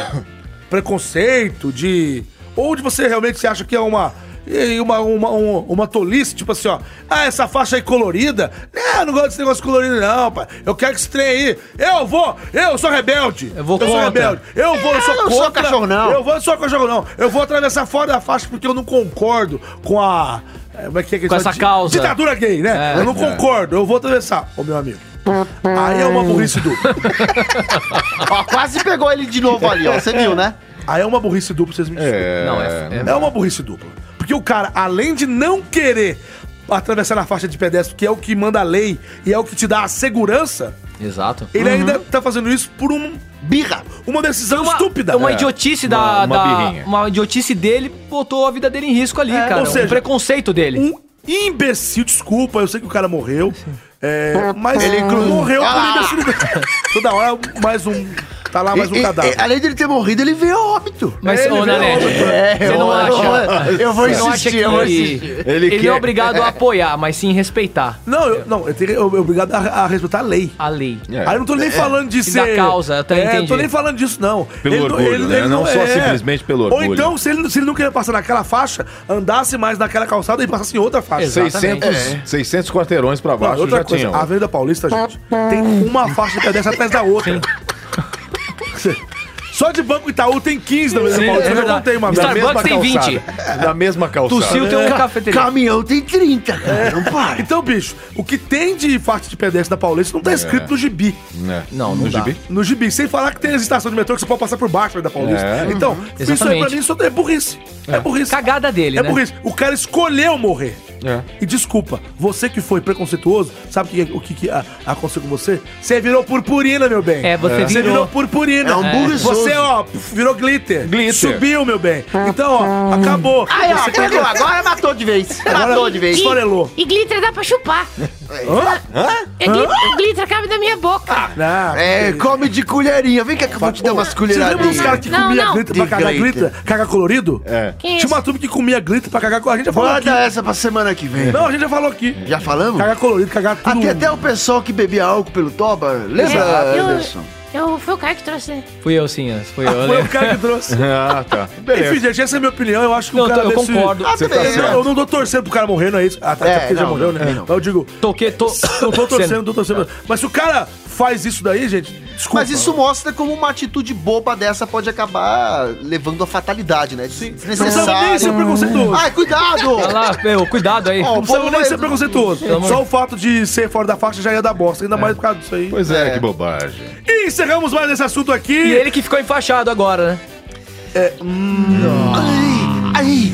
B: preconceito, de. Ou de você realmente se acha que é uma. e Uma, uma, um- uma tolice, tipo assim, ó. Ah, essa faixa aí colorida. Não, eu não gosto desse negócio colorido, não, pai. Eu quero que esse trem aí. Eu vou, eu sou rebelde.
C: Eu vou
B: sou
C: contra. É,
B: rebelde. Eu vou, eu sou
D: Eu não
B: contra.
D: sou cachorro, não.
B: Eu vou, sou cachorro, não. Eu vou atravessar fora da faixa porque eu não concordo com a. é, Como é que é que
C: Com
B: eles falam?
C: essa
B: Di-
C: causa.
B: Ditadura gay, né?
C: É.
B: eu não concordo, eu vou atravessar, ô meu amigo. Aí é uma burrice dupla.
D: ó, Ah, quase pegou ele de novo ali, ó. Você viu, né?
B: Aí é uma burrice dupla, vocês me desculpem.
F: É,
C: Não, é-
B: É, uma burrice dupla. Porque o cara, além de não querer atravessar na faixa de pedestre, que é o que manda a lei e é o que te dá a segurança,
C: Exato.
B: ele ainda tá fazendo isso por um,
D: Birra!
B: uma decisão
C: Uma,
B: estúpida.
C: uma
B: É.
C: idiotice
F: Uma-
C: da.
F: uma
C: da-
F: birrinha.
C: uma idiotice dele botou a vida dele em risco ali, cara.
B: ou seja,
C: o preconceito dele.
B: Um imbecil, desculpa, eu sei que o cara morreu. é, mas
D: Ele,
B: ele
D: inclusive-
B: morreu
D: Ah!
B: por imbecilidade. Toda hora, mais um. Tá lá mais um
D: E- e-
B: cadáver. É,
D: e, além dele ter morrido, ele veio a óbito.
C: Mas,
B: ele
C: ô,
B: veio
C: Nanete,
B: outro.
C: você não acha.
D: Eu vou
C: você não acha
D: insistir, eu vou
C: que-
D: insistir.
F: Ele
C: Ele,
F: quer-
C: é obrigado a apoiar, mas sim respeitar
B: Não, eu, não, eu teria eu- eu obrigado a, a respeitar a lei.
C: a lei.
F: É.
B: Aí eu não tô nem falando de ser.
C: da causa, eu até
B: é, eu tô
C: entendi.
B: nem falando disso, não.
F: Pelo orgulho, né? Não só simplesmente pelo orgulho.
B: é. Ou então, se ele, se ele não queria passar naquela faixa, andasse mais naquela calçada e passasse em outra faixa.
C: Exato.
F: 600, 600 quarteirões pra
B: Não,
F: baixo
B: outra
F: já
B: coisa,
F: tinham.
B: a Avenida Paulista, gente, tem uma faixa de pedestre atrás da outra. Só de Banco Itaú tem 15 na Avenida
C: Sim,
B: Paulista,
C: é
B: eu já
C: verdade.
B: contei uma vez.
F: Da mesma
C: Starbucks tem
F: calçada.
C: 20.
F: Da mesma calçada.
C: Tossiu
B: é
C: tem um cafeteria.
D: Caminhão tem 30, cara. Não para.
B: Então, bicho, o que tem de faixa de pedestre da Paulista não tá escrito no gibi.
F: É.
C: Não, não
F: No
C: dá.
F: gibi?
B: No gibi, sem falar que tem as estações de metrô que você pode passar por baixo da Paulista.
F: É.
B: Então,
D: Uhum.
B: isso aí pra
C: Exatamente.
B: mim isso é burrice. É, burrice.
C: Cagada dele,
B: É
C: né?
B: burrice. O cara escolheu morrer.
F: É.
B: E desculpa, você que foi preconceituoso, sabe o que, o que, que a- aconteceu com você? Você virou purpurina, meu bem.
C: É, você
B: Você virou
C: virou.
B: purpurina.
D: É um burriçoso.
B: Você, ó, virou glitter.
F: Glitter.
B: Subiu, meu bem. Então, ó, acabou.
D: Aí, ó,
B: Você
D: entendeu? Agora matou de vez. matou de vez.
B: esfarelou.
E: E glitter dá pra chupar. É gli- glitter cabe na minha boca.
B: Não,
D: É, come de colherinha. Vem cá que eu vou te dar umas
B: né? Você lembra
D: colheradinhas.
B: dos caras que
E: Não,
B: comia
E: não.
B: glitter
D: De
B: pra cagar
D: glitter.
B: glitter? Cagar colorido?
F: É.
E: Quem é
B: Tinha
E: esse?
B: uma turma que comia glitter pra cagar colorido. A gente já falou
D: Manda
B: aqui.
D: essa pra semana que vem.
B: Não, a gente já falou aqui.
D: Já falamos?
B: Cagar colorido, cagar tudo.
D: Até, até o pessoal que bebia álcool pelo toba,
E: É,
D: lembra,
E: eu,
D: Anderson?
E: eu, foi É o cara que trouxe, né?
C: Fui eu sim, Anderson, fui eu. né? eu
B: Foi
C: lembro.
B: o cara que trouxe.
F: Ah, tá.
B: Enfim,
F: Beleza.
B: gente, essa é a minha opinião. Eu acho que
C: Não,
B: o cara
C: eu
B: desse-
C: concordo.
D: Ah,
F: Você
D: também,
F: tá
D: né?
B: Eu, eu não tô torcendo pro cara morrer, não é isso? Ah, tá,
D: É,
B: até porque já
D: não,
B: morreu, né?
D: também não.
B: Mas eu digo,
C: Toquei, tô...
B: não
C: Tá
B: tô torcendo, não tô torcendo. Mas se o cara faz isso daí, gente, desculpa.
D: Mas isso mostra como uma atitude boba dessa pode acabar levando a fatalidade, né?
B: Não é precisava nem ser
D: Desnecessário.
B: preconceituoso.
D: Ai, cuidado!
C: Olha Tá lá, meu, cuidado aí.
B: não
D: Ó,
B: precisava nem
D: vamos-
B: ser preconceituoso.
C: Pelo amor- É.
B: Só o fato de ser fora da faixa já ia dar bosta, ainda mais por causa disso aí.
F: Pois é,
D: É.
F: que bobagem.
B: E encerramos mais esse assunto aqui.
C: E ele que ficou enfaixado agora, né?
D: Ai, ai,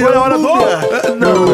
B: Agora é hora do. É, Não,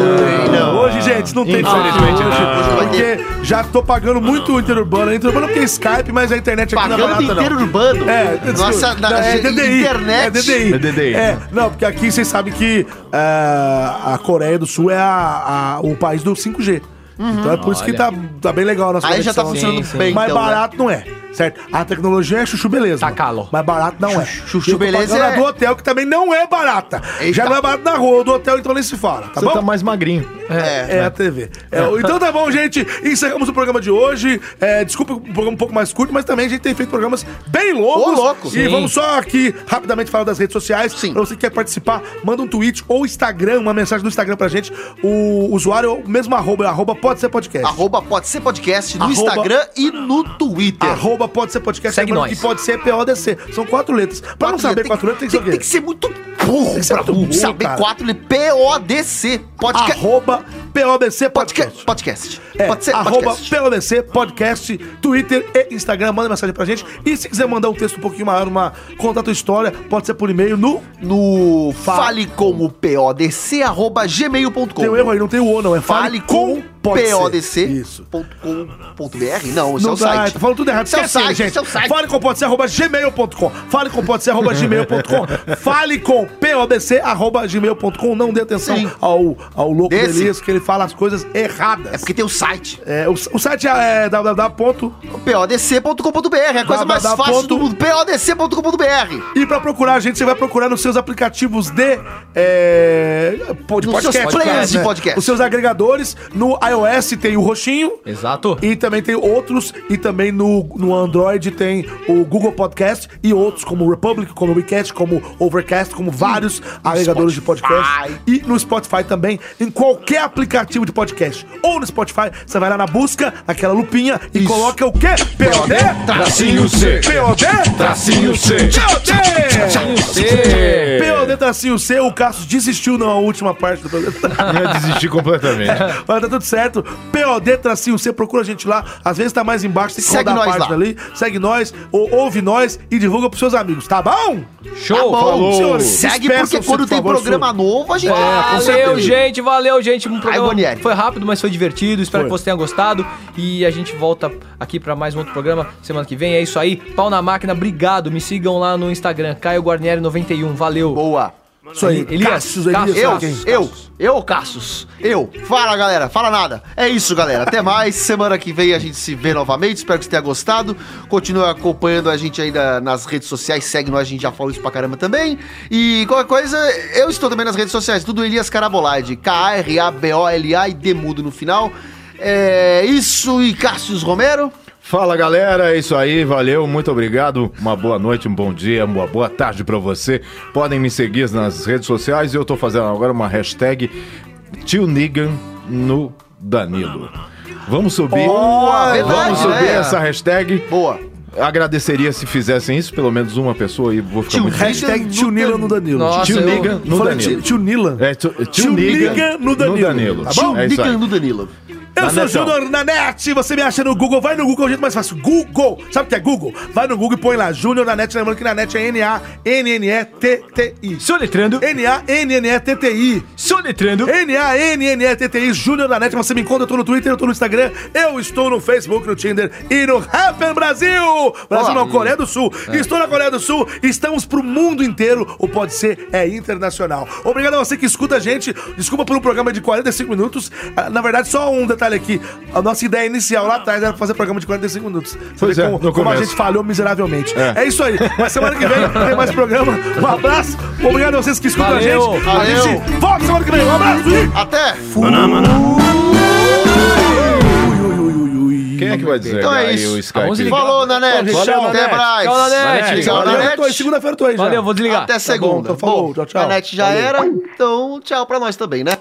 D: não.
B: Hoje, gente, não tem
F: Infelizmente,
B: hoje,
D: não.
B: Porque já tô pagando muito o Interurbano. Interurbano porque é Skype, mas a internet aqui não é
D: Pagando
B: barata, não.
D: inteiro urbano.
B: É,
D: nossa,
B: desculpa.
D: na,
B: é DDI,
D: internet.
B: É DDI.
F: É DDI.
B: É, não, porque aqui vocês sabem que ah, a Coreia do Sul é a- a- o país do 5G. Então é por isso que tá, tá bem legal a nossa
D: Aí já tá
B: conexão.
D: funcionando
C: Uhum. Sim, sim.
D: bem,
B: Mas
D: então, né?
B: barato não é, certo? A tecnologia é chuchu beleza.
C: Tá calo.
B: Mas barato não é.
D: chuchu
B: E eu tô
D: beleza
B: pagando a
D: é-
B: do hotel, que também não é barata.
D: Eita.
B: Já não é barato na rua, do hotel então nem se fala, tá
F: Você
B: bom?
F: tá mais magrinho.
D: É.
B: É a TV. É, então tá bom, gente. Encerramos o programa de hoje. É, desculpa um programa um pouco mais curto, mas também a gente tem feito programas bem longos.
D: Ô, louco.
B: E
C: Sim.
B: vamos só aqui rapidamente falar das redes sociais.
D: Sim.
B: Pra você que quer participar, manda um tweet ou Instagram, uma mensagem no Instagram pra gente. O usuário é o mesmo arroba, é arroba pode ser podcast.
D: Arroba pode ser podcast no
B: Arroba-
D: Instagram e no Twitter.
B: Arroba pode ser podcast,
C: Segue
B: lembrando
C: nós.
B: que pode ser PODC. São quatro letras. Pra não
D: Quatro
B: saber
D: letras,
B: quatro letras, tem que ser o quê?
D: muito burro
B: que ser
D: pra
B: muito burro,
D: saber
B: cara.
D: quatro. né? P-O-D-C. Podca
B: Arroba PODC podcast.
D: podca podcast.
B: É,
D: Pode ser
B: arroba
D: podcast.
B: PLDC, podcast, Twitter e Instagram. Manda mensagem pra gente. E se quiser mandar um texto um pouquinho maior, uma contato história, pode ser por e-mail no.
D: No fale como PODC, arroba gmail.com.
B: Tem um erro aí, não tem o O, não. É
D: Fale com
B: pode ser. Isso.
D: PODC.com.br? Não, esse é
B: Não
D: o
B: dá,
D: site.
B: tá falando tudo errado.
D: Seu
B: Esquece,
D: site,
B: gente.
D: seu site.
B: Fale com pode ser arroba gmail.com. Fale com pode ser arroba gmail.com. Fale com PODC arroba gmail.com. Não dê atenção
D: Sim.
B: ao, ao louco
D: Desse.
B: Elias, que ele fala as coisas erradas.
D: É porque tem o site.
B: É, o, o site é www.
D: PODC.com.br. É a coisa
B: Dá-
D: mais
B: dá
D: fácil
B: ponto.
D: do mundo. PODC.com.br.
B: E pra procurar a gente, você vai procurar nos seus aplicativos de é, pod-
D: Nos seus
B: podcast,
D: players de
B: né?
D: podcast.
B: Os seus agregadores. No iOS tem o roxinho.
C: Exato.
B: E também tem outros, e também no, no Android tem o Google Podcast e outros, como Republic, como WeCast, como Overcast, como vários agregadores de podcast. E no Spotify também, em qualquer aplicativo de podcast. Ou no Spotify, você vai lá na busca, aquela lupinha, e coloca o quê? POD?
F: Tracinho C.
B: POD?
F: Tracinho C.
B: POD!
F: C.
B: POD tracinho C, o Cassius desistiu na última parte do programa.
F: Eu desisti completamente.
B: Mas tá tudo certo. direto. POD Tracinho C, assim, procura a gente lá. Às vezes tá mais embaixo, tem que
D: Segue
B: rodar a
D: nós
B: página
D: lá.
B: ali. Segue nós, ou ouve nós e divulga pros seus amigos, tá bom?
C: Show!
D: Bom,
F: Falou.
D: senhores, segue
B: Despeçam-se,
D: porque quando
B: por
D: tem
B: favor,
D: programa novo, a
B: É,
D: gente fala.
C: Valeu, gente, valeu, gente. Um programa
D: Guarnieri.
C: foi rápido, mas foi divertido. Espero
B: Foi.
C: que você tenha gostado. E a gente volta aqui pra mais um outro programa semana que vem. É isso aí. Pau na máquina, obrigado. Me sigam lá no Instagram, Caio Guarnieri91. Valeu.
D: Boa.
B: Isso aí.
C: Elias,
B: Cassius,
C: Cassius.
B: Elias,
D: Eu,
B: Cassius.
D: eu, eu, Cassius. Eu. Fala, galera. Fala nada. É isso, galera. Até mais. Semana que vem a gente se vê novamente. Espero que você tenha gostado. Continue acompanhando a gente aí na- nas redes sociais. Segue nós, a gente já falou isso pra caramba também. E qualquer coisa, eu estou também nas redes sociais. Tudo Elias Carabolade. K-A-R-A-B-O-L-A e Demudo no final. É isso e Cassius Romero.
F: Fala galera, é isso aí, valeu, muito obrigado. Uma boa noite, um bom dia, uma boa tarde pra você. Podem me seguir nas redes sociais e eu tô fazendo agora uma hashtag Tio Nigan no Danilo. Vamos subir,
D: verdade,
F: vamos subir
D: né?
F: essa hashtag.
D: Boa.
F: Agradeceria se fizessem isso, pelo menos uma pessoa e vou ficar
D: Tio
F: muito
D: Nigan.
F: feliz.
B: Hashtag tio Nila no Danilo.
C: Nossa,
F: Tio
C: eu-
F: Nigan
B: Eu
F: no
B: falei
F: Danilo.
B: tio- Tio Nila.
F: É, tio, tio
B: Tio
F: Nigan,
B: Nigan no
F: no Danilo.
B: Danilo.
D: Tá
F: Tio
D: bom?
F: é isso
D: Dica
F: aí.
D: no Danilo.
B: Eu
F: Na
B: sou o
F: netão.
B: Júnior na net, você me acha no Google, vai no Google, é o jeito mais fácil. Google, sabe o que é Google? Vai no Google e põe lá Júnior na net, lembrando que na net é N-A-N-N-E-T-T-I.
C: Soletrando,
B: N-A-N-N-E-T-T-I.
C: soletrando.
B: N-A-N-N-E-T-T-I, Júnior da Net. Você me encontra, eu tô no Twitter, eu tô no Instagram, eu estou no Facebook, no Tinder e no Rapper Brasil! Brasil não, Coreia do Sul.
F: É.
B: Estou na Coreia do Sul, estamos pro mundo inteiro, ou pode ser, é internacional. Obrigado a você que escuta a gente. Desculpa por um programa de 45 minutos. Ah, Na verdade, só um detalhe aqui. A nossa ideia inicial lá atrás era fazer programa de 45 minutos. Você
F: Pois
B: vê
F: é,
B: como,
F: no
B: como a
F: começo.
B: gente falhou miseravelmente.
F: É.
B: É, isso aí. Mas semana que vem tem mais programa. Um abraço. Obrigado a vocês que escutam
C: Valeu,
B: a gente.
D: valeu.
B: A gente Volta semana que vem. Um abraço e...
D: Até.
F: Quem é que vai dizer?
D: Então é
F: aí
D: isso.
F: o
C: Ah, vamos
F: Skype?
C: ligar.
D: Falou, Nanete. Até
F: Valeu, Nanete.
D: mais.
C: Tchau, Nanete.
D: Tchau,
B: Valeu, eu tô aí,
D: Nanete.
B: segunda-feira eu tô aí já. Tá
C: Valeu, vou desligar.
D: Até segunda.
B: então falou, tchau, tchau.
D: A net já
B: Valeu.
D: era, então tchau pra nós também, né?